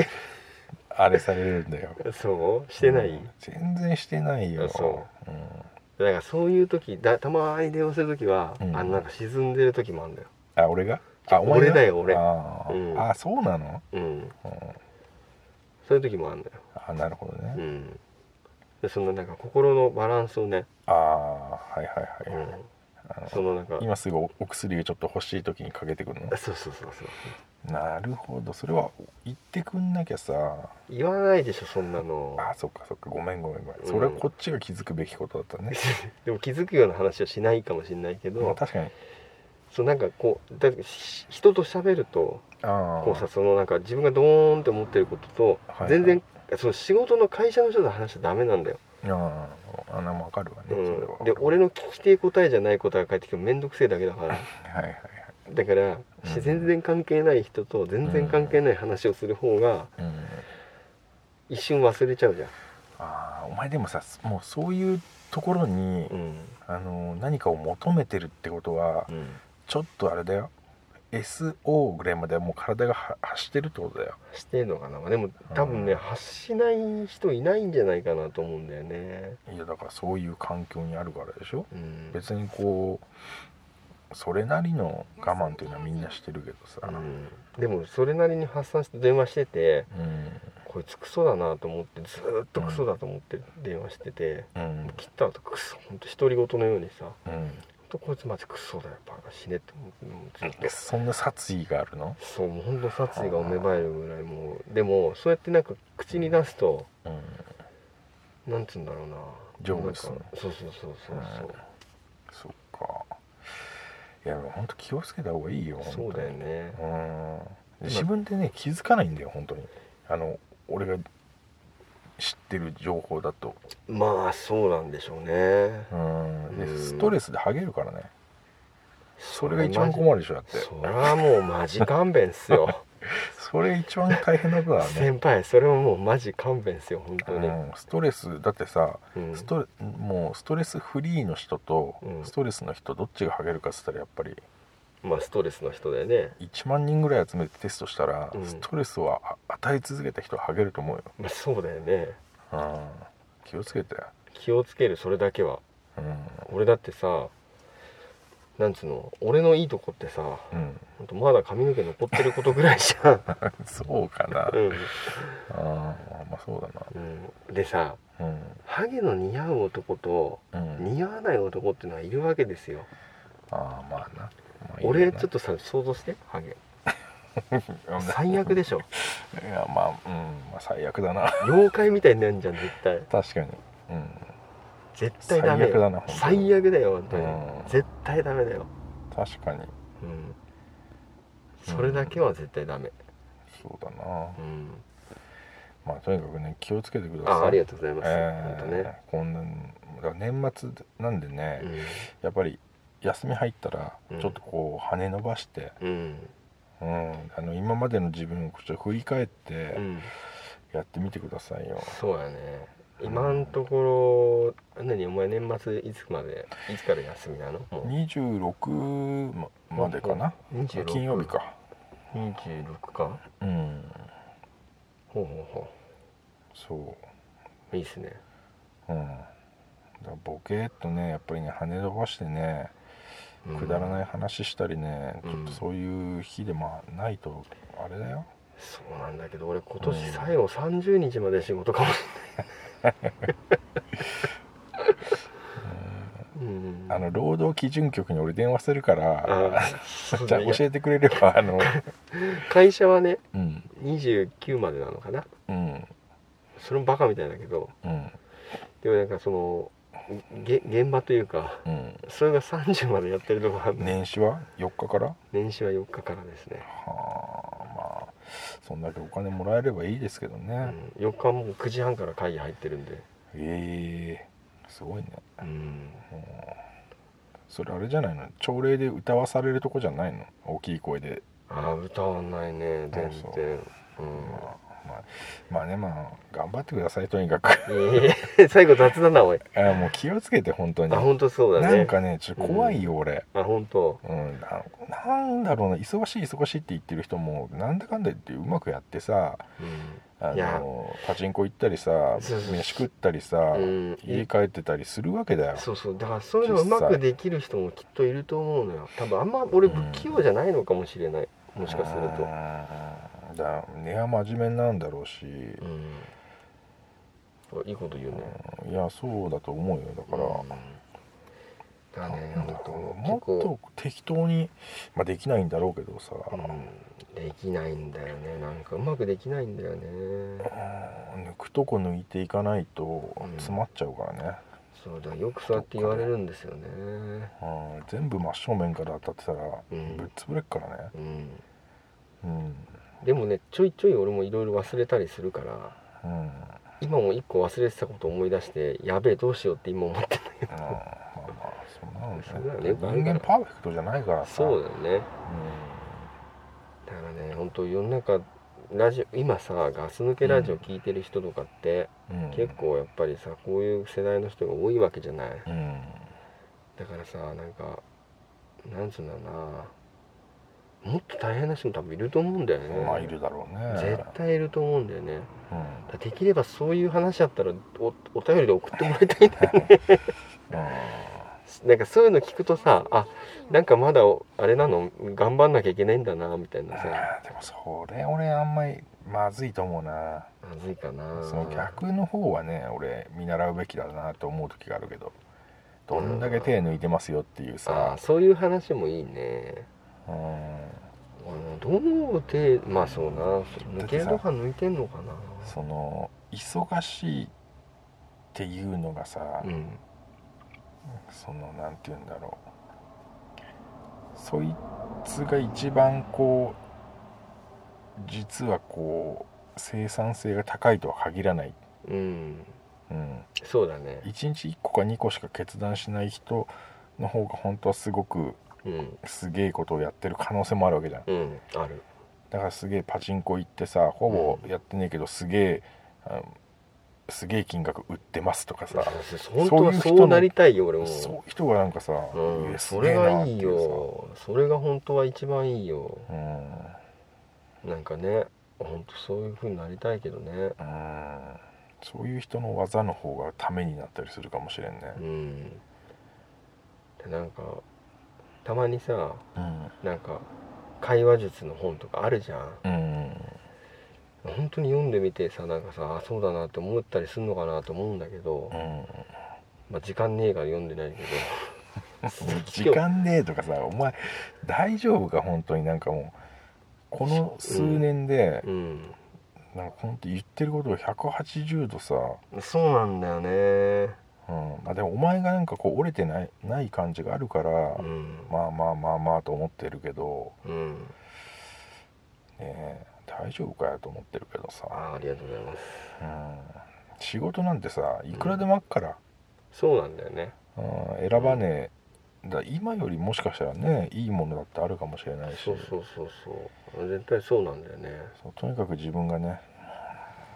C: あれされるんだよ。
B: そうしてない、
C: うん全然してないよ
B: あそ
C: うん
B: だからそういう時だたまに電話する時は、
C: うん
B: あのなんか沈んでる時もあるんだよ、
C: あ俺があが
B: 俺だよ俺
C: あー、
B: うん
C: あそうなの、
B: うん、
C: うん、
B: そういう時もあるんだよ、
C: あなるほどね、
B: うん、でそのなんか心のバランスをね、
C: ああはいはいはい、
B: うん、そのなんか
C: 今すぐおお薬がちょっと欲しい時にかけてくるの
B: あそうそうそうそう
C: なるほどそれは言ってくんなきゃさ
B: 言わないでしょそんなの
C: あそっかそっかごめんごめんごめん、
B: うん
C: それはこっちが気づくべきことだったね、
B: でも気づくような話はしないかもしれないけ
C: まあ、
B: ど
C: 確かに
B: そうなんかこうだし人と喋ると
C: あ
B: こうさそのなんか自分がドーンって思ってることと、
C: はい
B: 全然その仕事の会社の人と話しちゃダメなんだよ、
C: ああーあな分かるわね、
B: う
C: それは
B: ん、で俺の聞きてえ答えじゃない答えが返ってきても面倒くせえだけだから
C: はいはいはい
B: だから、
C: うん
B: し全然関係ない人と全然関係ない話をする方が
C: うん
B: 一瞬忘れちゃうじゃん、
C: ああお前でもさもうそういうところに、
B: うん
C: あの何かを求めてるってことは
B: うん
C: ちょっとあれだよ SO ぐらいまではもう体がは走ってるってことだよ
B: してんのかなでも多分ね、
C: うん
B: 発しない人いないんじゃないかなと思うんだよね、
C: いやだからそういう環境にあるからでしょ
B: うん、
C: 別にこうそれなりの我慢っていうのはみんなしてるけどさ、
B: うんでもそれなりに発散して電話してて
C: うん
B: こいつクソだなと思ってずーっとクソだと思って電話してて、
C: うん
B: 切った後クソほんと独り言のようにさほん
C: うん
B: とこいつマジクソだよバカ死ねって思ってもうずっと
C: えそんな殺意があるの、
B: そうもうほんと殺意が芽生えるぐらいもうでもそうやってなんか口に出すと
C: うん、
B: なんつうんだろうな
C: 成
B: なん
C: 仏
B: か
C: する
B: そうそうそうそうそう、
C: そっかいやでもほんと気をつけた方がいいよほんと
B: そうだよね、
C: うん自分でね気づかないんだよ本当にあの俺が知ってる情報だと
B: まあそうなんでしょうね
C: うんで
B: うん
C: ストレスでハゲるからねそれが一番
B: マジ
C: 困るでしょだって
B: それはもうマジ勘弁っすよ
C: それ一番大変なことだ ね、
B: 先輩それはもうマジ勘弁っすよ本当に、
C: うん、ストレスだってさ
B: うん
C: ストレもうストレスフリーの人と
B: うん
C: ストレスの人どっちがハゲるかっつったらやっぱり
B: まあストレスの人だよね、
C: 1万人ぐらい集めてテストしたら
B: うん
C: ストレスをあ与え続けた人はハゲると思うよ、
B: まあ、そうだよね
C: うん、気をつけて、
B: 気をつけるそれだけは
C: うん
B: 俺だってさなんつうの俺のいいとこってさ
C: うん、
B: ほんとまだ髪の毛残ってることぐらいじ ゃん、
C: そう かな
B: うん
C: あーまあまあそうだ
B: うんでさ
C: なうん
B: ハゲの似合う男と
C: うん
B: 似合わない男ってのはいるわけですよ
C: ああまあな、まあ、
B: 俺ちょっ
C: と
B: とさ想像してハゲ最悪でしょ
C: いやまあうん、まあ、最悪だ な
B: 妖怪みたいになるんじゃん絶対
C: 確かにうん
B: 絶対ダメ
C: 最悪だな本当に
B: 最悪だよ本当に
C: うん
B: 絶対ダメだよ、
C: 確かに
B: うん、それだけは絶対ダメ、
C: そうだな
B: うん、
C: まあとにかくね気をつけてください
B: あありがとうございます、
C: え
B: ほんと
C: え
B: ね、
C: こんなだから年末なんでね、
B: う
C: やっぱり休み入ったら
B: うん
C: ちょっとこう跳ね伸ばして、
B: んうん
C: うんあの今までの自分をちょっと振り返っ
B: う
C: て
B: ん、
C: やってみてくださいよ、
B: そうやね今んところ何お前年末いつまでいつから休みなのも
C: 26ままでかな、
B: う26
C: 金曜日か
B: 26か
C: うん
B: ほうほうほ
C: そう
B: いいっすね
C: ううんだからボケーっとねやっぱりね跳ね飛ばしてねくだら
B: い
C: ない話したりね、
B: うん
C: ちょっとそういう日でもないとあれだよ
B: そうなんだけど俺今年最後30日まで仕事かもしれない、 うん
C: あの労働基準局に俺電話するから
B: あそう
C: じゃあ
B: だね
C: 教えてくれればあの
B: 会社はね
C: うん
B: 29までなのかな
C: うん
B: それもバカみたいだけど
C: うん
B: でもなんかそのげ現場というか
C: うん
B: それが30までやってるとこあるね
C: 年始は4日からは
B: 年始は4日からですね、
C: あまあそんだけお金もらえればいいですけど
B: う
C: ね、
B: ん、4日はもう9時半から会議入ってるんで、
C: ええすごいね
B: うん、
C: それあれじゃないの朝礼で歌わされるとこじゃないの大きい声で
B: ああ歌わないね全然
C: そう
B: うん
C: まあ、まあねまあ頑張ってくださいとにかく
B: ええ 最後雑だなおい
C: あもう気をつけて本当に
B: あ本当そうだね
C: なんかねちょっと怖いよ俺、
B: あ本当
C: うん、ななんだろうな忙しい忙しいって言ってる人もなんだかんだ言ってうまくやってさ
B: う
C: あ
B: いや
C: のパチンコ行ったりさ
B: そうそう
C: 飯食ったりさ、
B: ん、
C: 家帰ってたりするわけだよ
B: そうそうだからそういうのうま
C: 実
B: く
C: 際
B: できる人もきっといると思うのよ多分あんま俺不器用じゃないのかもしれない、もしかする
C: う
B: と
C: んだから根は真面目なんだろうし、
B: うんいいこと言うね
C: いやそうだと思うよだから、
B: うんだからね
C: なんだ
B: 本当
C: ろう
B: 結
C: もっ
B: 構
C: と適当に、まあ、できないんだろうけどさ、
B: うんできないんだよねなんかうまくできないんだよね
C: うん抜くとこ抜いていかないと
B: うん
C: 詰まっちゃうからね、
B: そうだよくそうやって言われるんですよね
C: うん全部真正面から当たってたら
B: うん
C: ぶっ潰れっからね
B: うん
C: うん
B: でもねちょいちょい俺もいろいろ忘れたりするから
C: うん、うん
B: 今も一個忘れてたこと思い出してやべえどうしようって今思ってんだけど
C: まあまあそんなのね
B: そんなのよくある
C: 人
B: から
C: 間パーフェクトじゃないからさ
B: そうだよね
C: う
B: だからね本当世の中ラジオ今さガス抜けラジオ聞いてる人とかって、
C: うん
B: 結構やっぱりさこういう世代の人が多いわけじゃない
C: うん
B: だからさなんかなんつうんだろうなもっと大変な人も多分いると思うんだよね、
C: まあいるだろうね
B: 絶対いると思うんだよね
C: うん
B: だできればそういう話あったらおお便りで送ってもらいたいんだよ なんかそういうの聞くとさあなんかまだおあれなの頑張んなきゃいけないんだなみたいなさ
C: あーでもそれ俺あんまりまずいと思うな
B: まずいかな
C: その逆の方はね俺見習うべきだなと思う時があるけどどんだけ手抜いてますよっていう
B: あ
C: さ
B: ー、そういう話もいいね
C: うん、
B: うんどうでまあそうな抜けるのか抜いてんのかな
C: その忙しいっていうのがさ、
B: うん
C: そのなんて言うんだろうそいつが一番こう実はこう生産性が高いとは限らない、
B: うん
C: うん、
B: そうだね
C: 1日1個か2個しか決断しない人の方が本当はすごく
B: うん
C: すげえことをやってる可能性もあるわけじゃん
B: うんある
C: だからすげえパチンコ行ってさほぼやってねえけどすげえ、あのすげえ金額売ってますとかさ
B: 本当はそうなりたいよ俺も
C: そういう人がなんかさ、
B: う
C: いや
B: ん、
C: す
B: そ
C: げえ
B: れ
C: な
B: が
C: って
B: いいう
C: さ
B: よそれが本当は一番いいよ
C: うんうん
B: なんかね本当そういう風になりたいけどね
C: そういう人の技の方がためになったりするかもしれんね
B: うんでなんかたまにさ
C: うん
B: なんか会話術の本とかあるじゃん
C: うん
B: 本当に読んでみてさなんかさあそうだなって思ったりするのかなと思うんだけど
C: う、ん
B: まあ、時間ねえから読んでないけど
C: 時間ねえとかさお前大丈夫か本当になんかもうこの数年で、
B: うん
C: なんか本当言ってることを180度さ、
B: そうなんだよね
C: うんまあ、でもお前がなんかこう折れてないない感じがあるから、
B: うん
C: まあまあまあまあと思ってるけど、
B: うん
C: ねえ、大丈夫かよと思ってるけど
B: あ
C: さ、
B: ーありがとうございます
C: うん、仕事なんてさいくらでもあっから、
B: そうなんだよね
C: うん、選ばねえだ今よりもしかしたらねいいものだってあるかもしれないし
B: そうそうそうそう絶対そうなんだよね
C: そうとにかく自分がね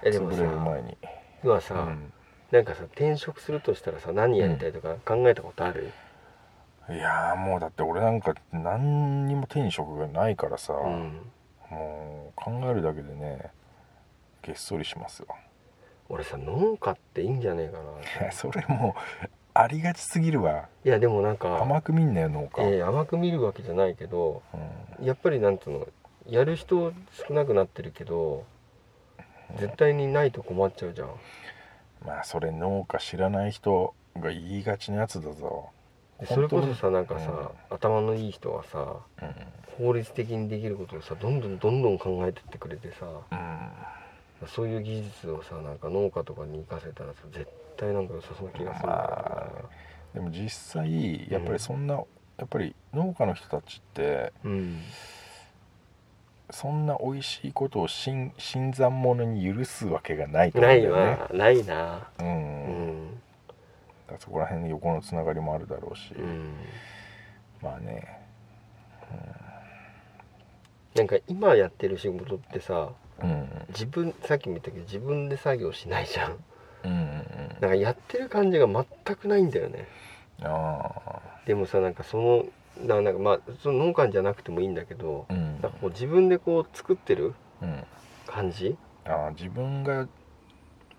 B: えでも
C: 潰れる
B: さ
C: 前に、
B: 今
C: う
B: さ、
C: ん、
B: なんかさ転職するとしたらさ何やりたいとか考えたことある、
C: いやーもうだって俺なんか何にも手に職がないからさ、
B: うん、
C: もう考えるだけでねげっそりしますよ
B: 俺さ農家っていいんじゃねえかな
C: それもうありがちすぎるわ
B: いやでもなんか
C: 甘く見んなよ農家、
B: えー甘く見るわけじゃないけどやっぱりなんつうのやる人少なくなってるけど絶対にないと困っちゃうじゃん
C: うん、まあそれ農家知らない人が言いがちなやつだぞ
B: でそれこそ
C: 本
B: さなんかさ、頭のいい人はさ
C: 当に
B: 効率的にできることをさどんどんどんどん考えてってくれてさ
C: うん、うん
B: そういう技術をさなんか農家とかに活かせたらさ絶対なんか良さそうな気がするんだよ
C: でも実際やっぱりそんな、やっぱり農家の人たちって
B: なうん
C: そんな美味しいことを新新参者に許すわけがないと思
B: な
C: うん
B: い
C: だよね
B: なないな
C: う、
B: うんん
C: だからそこら辺の横のつながりもあるだろうし、
B: うん
C: まあね
B: なんか今やってる仕事ってさ
C: うん
B: 自分さっきも言ったけど自分で作業しないじゃん
C: うんうん
B: なんかやってる感じが全くないんだよね
C: うんあ
B: でもさなんかそのななんかまあその農家じゃなくてもいいんだけど
C: あうん
B: なんかこう自分でこう作ってる
C: うん
B: 感じ
C: ああ自分が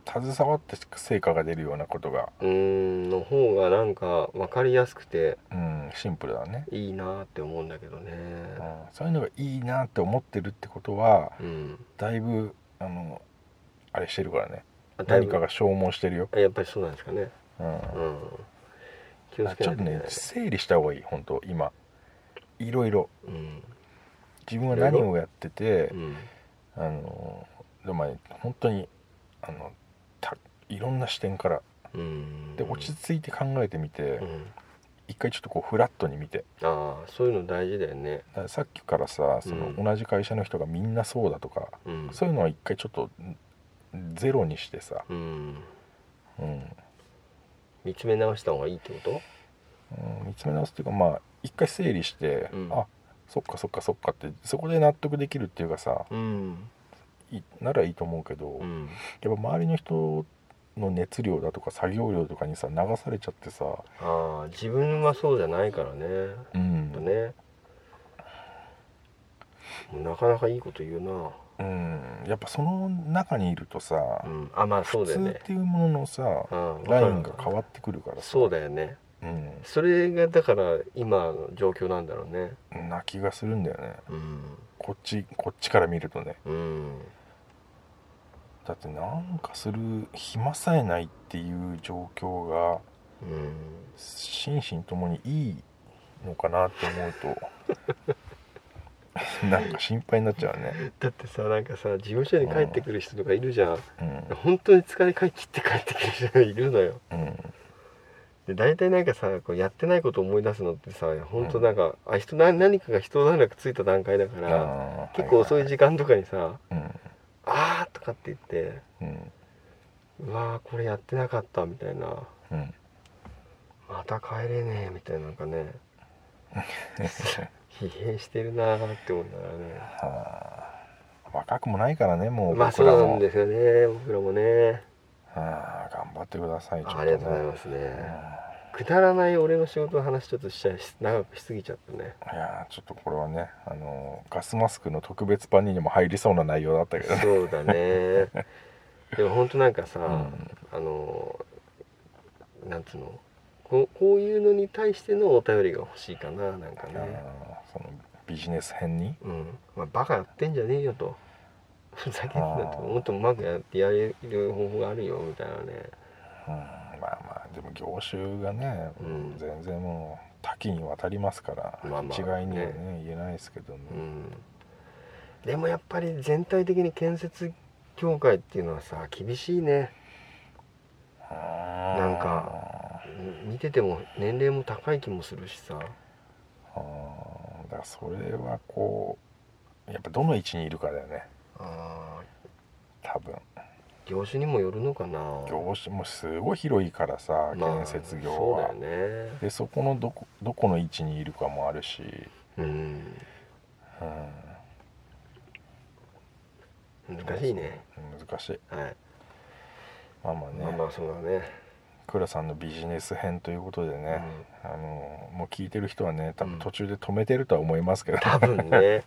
C: 携わって成果が出るようなことが、
B: うーんの方がなんか分かりやすくて
C: うん、シンプルだね、
B: いいなって思うんだけどね
C: うん、そういうのがいいなって思ってるってことは
B: うん
C: だいぶあのあれしてるからね
B: あだい
C: 何
B: ぶ
C: かが消耗してるよ、
B: あやっぱりそうなんですかね
C: うん
B: うん気をつけ
C: ちょ
B: ない
C: っ
B: といけ
C: とね
B: ない
C: 整理した方がいい本当今いろいろ
B: うん
C: 自分は何をやってて
B: う、ん
C: あのでもね本当にあのたいろんな視点から
B: うん
C: で落ち着いて考えてみて、
B: うん
C: 一回ちょっとこうフラットに見て
B: ああそういうの大事だよね
C: だからさっきからさその
B: うん
C: 同じ会社の人がみんなそうだとか、
B: うん
C: そういうのは一回ちょっとんゼロにしてさ、
B: うん
C: うん
B: 見つめ直した方がいいってこと
C: うん見つめ直すっていうかまあ一回整理して、
B: うん
C: あそっかそっかそっかってそこで納得できるっていうかさ
B: うん
C: いならいいと思うけど、
B: うん
C: やっぱ周りの人の熱量だとか作業量とかにさ流されちゃってさ、
B: ああ自分はそうじゃないからね
C: う
B: や
C: ん
B: っぱねなかなかいいこと言うな
C: うん、やっぱその中にいるとさ、
B: うんあまあそう
C: 普
B: だよ
C: 通っ
B: ね
C: ていうもののさ、
B: うん
C: ラインが変
B: わ
C: わってくるからさ
B: そうだよね
C: う
B: それがだから今の状況なんだろうね
C: ん、な気がするんだよね
B: うん
C: こっちこっちから見るとね
B: うん
C: だってなんかする暇さえないっていう状況が
B: うん
C: 心身ともにいいのかなって思う となんか心配になっちゃうね、
B: だってさなんかさ事務所に帰ってくる人とかいるじゃん、
C: うん
B: 本当に疲れかい切って帰ってくる人がいるのよ
C: うん、
B: で大体なんかさこうやってないことを思い出すのってさ本当なんか、あ人な何かが人段落ついた段階だから
C: あー
B: 結構遅い時間とかにさ、
C: うん
B: あーとかって言って
C: うん
B: うわーこれやってなかったみたいな
C: うん
B: また帰れねえみたいななんかね疲弊してるなーって思いながらね
C: はあ若くもないからねもう
B: まあ
C: 僕
B: そう
C: ら
B: なん
C: も、
B: ですよね僕らもね
C: はあ、頑張ってください
B: ありがとうございますすねくだらない俺の仕事の話ちょっとしちゃい長くしすぎちゃったね
C: いやあちょっとこれはねあのガスマスクの特別版にでも入りそうな内容だったけどね
B: そうだねでも本当なんかさ、
C: うん
B: あのーなんつうのこうこういうのに対してのお便りが欲しいかななんか
C: あの
B: ね
C: そのビジネス編に
B: うんまあバカやってんじゃねえよとふざけてんなともっとうまくやってやれる方法があるよみたいなね
C: うんまあまあでも業種がね、
B: うん
C: 全然もう多岐にわたりますから、
B: まあまあ
C: 一概にはね
B: ね
C: 言えないですけどね、
B: うんでもやっぱり全体的に建設業界っていうのはさ厳しいね
C: なん
B: かうん見てても年齢も高い気もするしさ
C: あーだからそれはこうやっぱどの位置にいるかだよね
B: あー
C: 多分
B: 業種にもよるのかな
C: 業種もすごい広いからさ
B: まあ
C: 建設業は、
B: そうだよね
C: でそこのどこどこの位置にいるかもあるし、
B: うん
C: うん、
B: 難しいね
C: 難しい
B: はい、
C: まあまあね、
B: まあまあそうだね
C: 倉さんのビジネス編ということでね、あのもう聞いてる人はね多
B: うん
C: 分途中で止めてるとは思いますけど、
B: 多分ね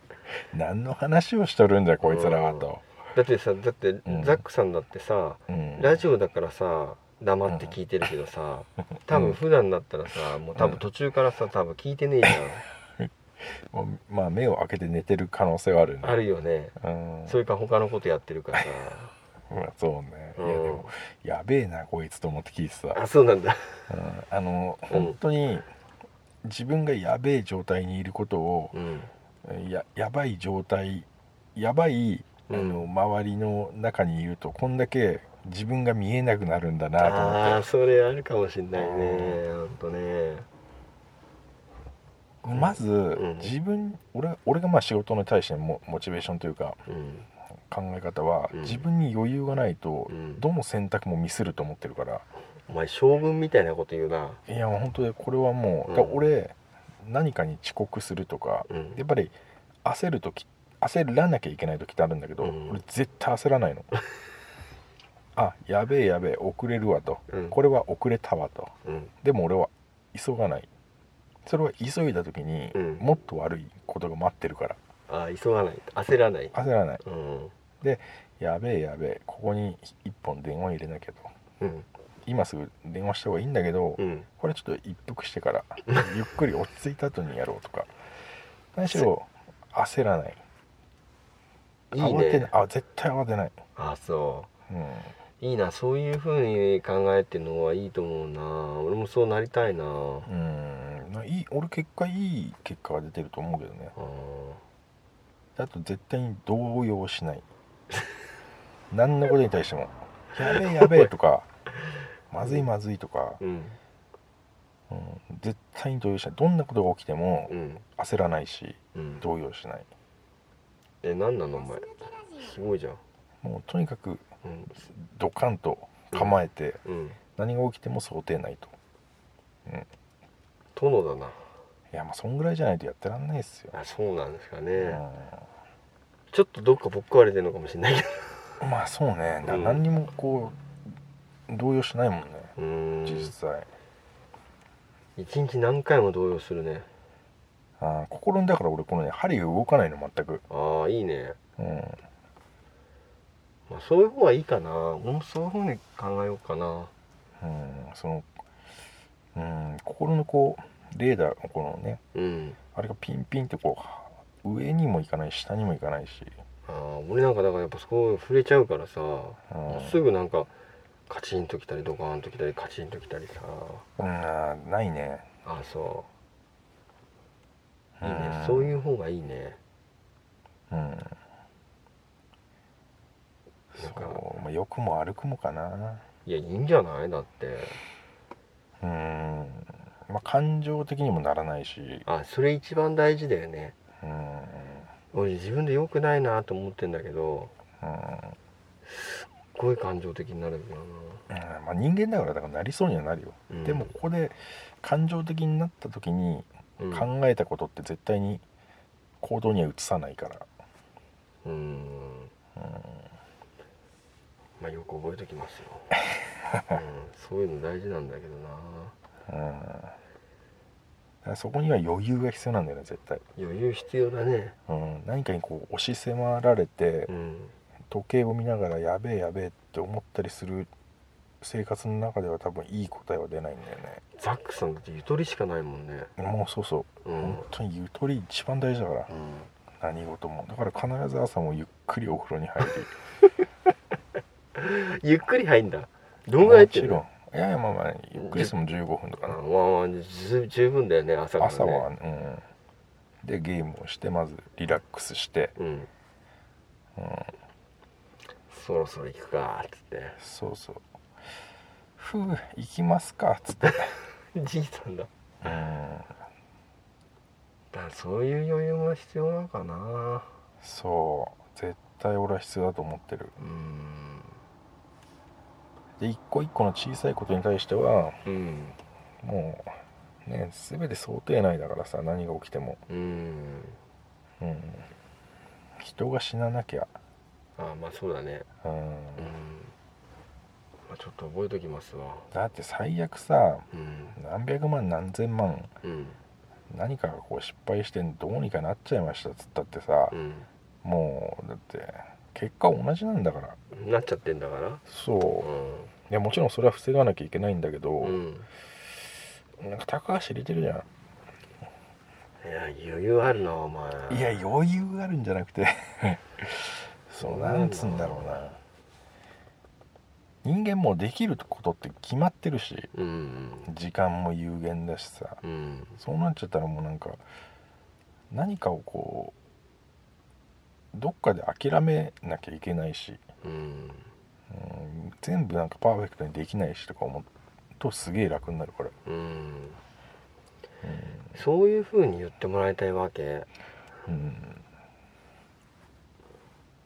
C: 何の話をしとるんだこいつらはと、
B: だってさだって
C: ん
B: ザックさんだってさ、
C: うん
B: ラジオだからさ黙って聞いてるけどさ、多分普段だったらさもう多分途中からさ多分聞いてねえじゃん、
C: もうまあ目を開けて寝てる可能性はあるね
B: あるよね
C: うん
B: それか他のことやってるからさ
C: まあそうね、
B: うん
C: いやでもやべえなこいつと思って聞いてた、
B: あそうなんだ
C: うん、あの
B: うん
C: 本当に自分がやべえ状態にいることを
B: うん
C: ややばい状態やばいあの、
B: うん
C: 周りの中にいるとこんだけ自分が見えなくなるんだなと
B: あ
C: 思
B: あ
C: っ
B: それあるかもしんないねほんとね
C: てまず、
B: うん
C: 自分俺が俺がまあ仕事に対してのモモチベーションというか
B: うん
C: 考え方は、
B: うん
C: 自分に余裕がないと、
B: うん
C: どの選択もミスると思ってるから
B: お前将軍みたいなこと言うない
C: や本当にこれはもう、
B: うん
C: だから俺何かに遅刻するとか
B: うん
C: やっぱり焦る時焦らなきゃいけない時ってあるんだけど、
B: うん
C: 俺絶対焦らな いのあやべえやべえ遅れるわと
B: うん
C: これは遅れたわと
B: うん
C: でも俺は急がないそれは急いだ時に、
B: うん
C: もっと悪いことが待ってるから
B: ああ急がない焦らない
C: 焦らない
B: うん
C: やべえやべえここに一本電話入れなきゃと
B: うん
C: 今すぐ電話した方がいいんだけど、
B: うん
C: これちょっと一服してからゆっくり落ち着いた後にやろうとか何しろ焦らない
B: いい
C: 慌てない
B: ね
C: あ絶対慌てない、
B: あそう
C: うん、
B: いいなそういう風に考えてるのはいいと思うな俺もそうなりたいなあ
C: うんまあいい俺結果いい結果が出てると思うけどね
B: ー
C: あと絶対に動揺しない何のことに対しても「やべえやべえ」とか「まずいまずい」とか、
B: うん
C: うん、絶対に動揺しないどんなことが起きても
B: うん
C: 焦らないし
B: うん
C: 動揺しない
B: え何なのお前すごいじゃん
C: もうとにかく
B: うん
C: ドカンと構えて
B: うん
C: 何が起きても想定内と
B: 殿だない
C: やまあそんぐらいじゃないとやってらんないですよ、
B: あそうなんですか
C: う
B: ね
C: ん
B: ちちょっとどっかぼっこわれてるのかもしれないけど
C: まあそうね、な
B: うん
C: 何にもこう動揺しないもんね
B: うーん
C: 実際、
B: 一日何回も動揺するね
C: あー心にだから俺このね針が動かないの全く、
B: ああいいね、
C: うん、
B: まあ、そういう方がいいかなもうそういう方に考えようかな
C: うん、その、うん、心のこうレーダーのこのね
B: うん
C: あれがピンピンってこう上にも行かないし下にも行かないし、
B: ああ俺なんかだからやっぱそこ触れちゃうからさ、
C: うん
B: すぐなんかカチンときたりドカーンときたりカチンときたりさ
C: うん、あーないね
B: ああそ
C: いう
B: いいねそういう方がいいね
C: うん
B: なんか
C: そう、まあ、良くも悪くもかない
B: やいいんじゃないだって
C: うん、まあ、感情的にもならないし
B: あそれ一番大事だよね
C: うんうん
B: 俺自分で良くないなと思ってんだけどすっごい感情的になるんだよ
C: うんまあ、人間だからだからなりそうにはなるよ、
B: な、うん
C: でもここで感情的になった時に
B: うん
C: 考えたことって絶対に行動には移さないから、
B: うん
C: うん、
B: まあよく覚えてきますよ、うん、そういうの大事なんだけどな
C: うんだからそこには余裕が必要なんだよね絶対、
B: 余裕必要だね
C: うん、何かにこう押し迫られて
B: うん
C: 時計を見ながらやべえやべえって思ったりする生活の中では多分いい答えは出ないんだよね
B: ザックさんだってゆとりしかないもんね
C: もうそうそう
B: うん、うん
C: 本当にゆとり一番大事だから何事もだから必ず朝もゆっくりお風呂に入り
B: ゆっくり入んだ どんぐらい入ってる
C: もちろんいやいやまあまあゆっくりしても15分とか
B: あ
C: な
B: まあまあ十十分だよね朝からね
C: 朝は、うん、でゲームをしてまずリラックスして、
B: うん
C: うん、
B: そろそろ行くかっつって
C: そうそうふう行きますかっ つって、
B: じいさんだ
C: うん、
B: だからそういう余裕も必要なのかな
C: そう絶対俺は必要だと思ってる
B: うん
C: で一個一個の小さいことに対しては
B: うん
C: もうね全て想定内だからさ何が起きても、
B: うん
C: うん、人が死ななきゃ、
B: あまあそうだね
C: うん、
B: うん、まあ、ちょっと覚えときますわ
C: だって最悪さ
B: うん
C: 何百万何千万
B: うん
C: 何かがこう失敗してどうにかなっちゃいましたっつったってさ
B: う
C: もうだって結果同じなんだから
B: んなっちゃってんだから
C: そう
B: うん
C: いやもちろんそれは防がなきゃいけないんだけど、
B: うん
C: なんか高橋似てるじゃ
B: いや余裕あるなお前
C: んいや余裕があるんじゃなくて そのなんつうんだろうな人間もうできることって決まってるし
B: うん
C: 時間も有限だしさ
B: うん
C: そうなっちゃったらもうなんか何かをこうどっかで諦めなきゃいけないし、
B: うん
C: うん、全部なんかパーフェクトにできないしとか思うとすげえ楽になるから、
B: うん
C: うん
B: そういうふうに言ってもらいたいわけ
C: うん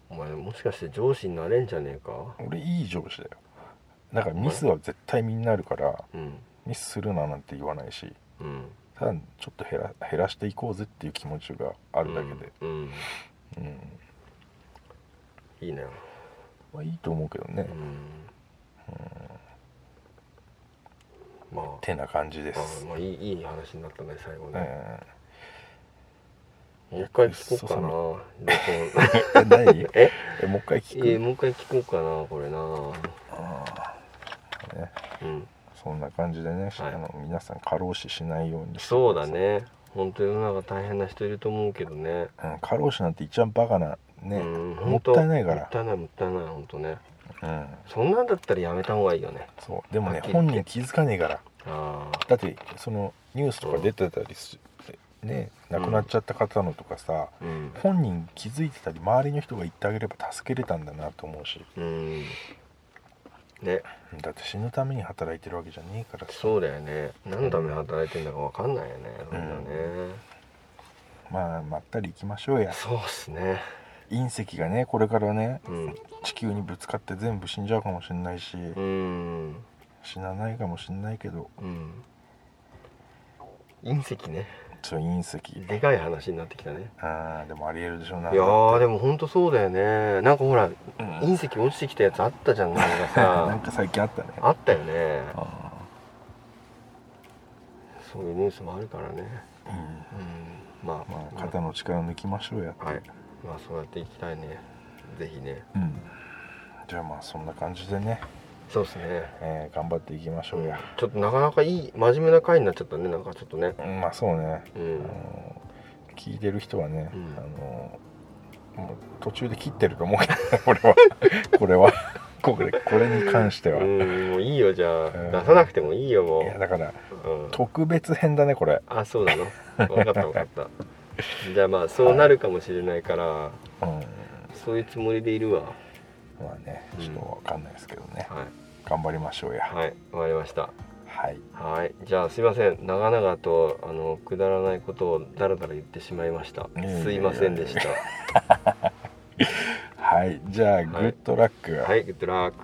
B: お前もしかして上司になれんじゃねえか
C: 俺いい上司だよだからミスは絶対みんなあるから
B: うん
C: ミスするななんて言わないし
B: うん
C: ただちょっと減ら減らしていこうぜっていう気持ちがあ
B: あ
C: るだけで、
B: うん、うん
C: うん
B: いいね
C: まあ、いいと思うけどね
B: うん、まあ
C: てな感じで
B: まあ
C: す、
B: まあいいいい話になったね最後ね、
C: え
B: もう一回聞こうかな録音
C: ー、何
B: え
C: えもう一回聞く、
B: えーもう一回聞こうかなこれな
C: あーね、
B: うん
C: そんな感じで
B: は
C: ね、
B: い
C: あの皆さん過労死しないようにして
B: そうだ
C: くさ
B: ね本当世の中大変な人いると思うけどね
C: い、うん、過労死なんて一番バカなね、
B: うん
C: もったいないか
B: もったいないもったいない本当ね
C: ら、うん、
B: そんなんだったらやめた方がいいよね
C: そうでも
B: は
C: ね
B: っきり言
C: 本
B: って
C: 人気づかねえから
B: ああ
C: だってそのニュースとか出てたりし、ね亡くなっちゃった方のとかさ、
B: うん
C: 本人気づいてたり周りの人が言ってあげれば助けれたんだなと思うし
B: うんね
C: だって死ぬために働いてるわけじゃねえからさ
B: そうだよね何のために働いてんだか分かんないよねそんなね、
C: まあまったり行きましょうや
B: そうっすね
C: 隕石がねこれからね
B: うん
C: 地球にぶつかって全部死んじゃうかもしんないし、
B: うん
C: 死なないかもしんないけど
B: うん隕石ね
C: ちょ隕石
B: でかい話になってきたね
C: あーでもありえるでしょうない
B: やーでもほんとそうだよねなんかほら隕石落ちてきたやつあったじゃんなんか
C: なん
B: さ
C: か最近あったね
B: あったよね
C: あ
B: そういうニュースもあるからね
C: ーうん
B: うんまあ
C: まあ肩の力抜きましょうやって、
B: はいまあそうやっていきたいねぜひね
C: うん、じゃあまあそんな感じでね、
B: そうですね
C: えー頑張っていきましょうや、
B: ちょっとなかなかいい真面目な回になっちゃったねなんかちょっとね
C: うんまあそうね、
B: う
C: あ
B: ん
C: のー聞いてる人はね、
B: うん
C: あのーもう途中で切ってると思うけどね 俺はこれはこれこれに関しては、
B: うんもういいよじゃあ
C: ん
B: 出さなくてもいいよも
C: いやだから
B: う、うん、
C: 特別編だねこれ、
B: あそうな の分かった分かったじゃあまあそうなるかもしれないから、
C: うん、
B: そういうつもりでいるわ
C: まあね
B: うん
C: ちょっとわかんないですけどね、
B: はい
C: 頑張りましょうやはい、
B: はいわかりましたはいじゃあすいません長々とあのくだらないことをだらだら言ってしまいました
C: いえいえいえ
B: すいませんでした
C: はい、じゃあ、グッドラック、
B: はいグッドラック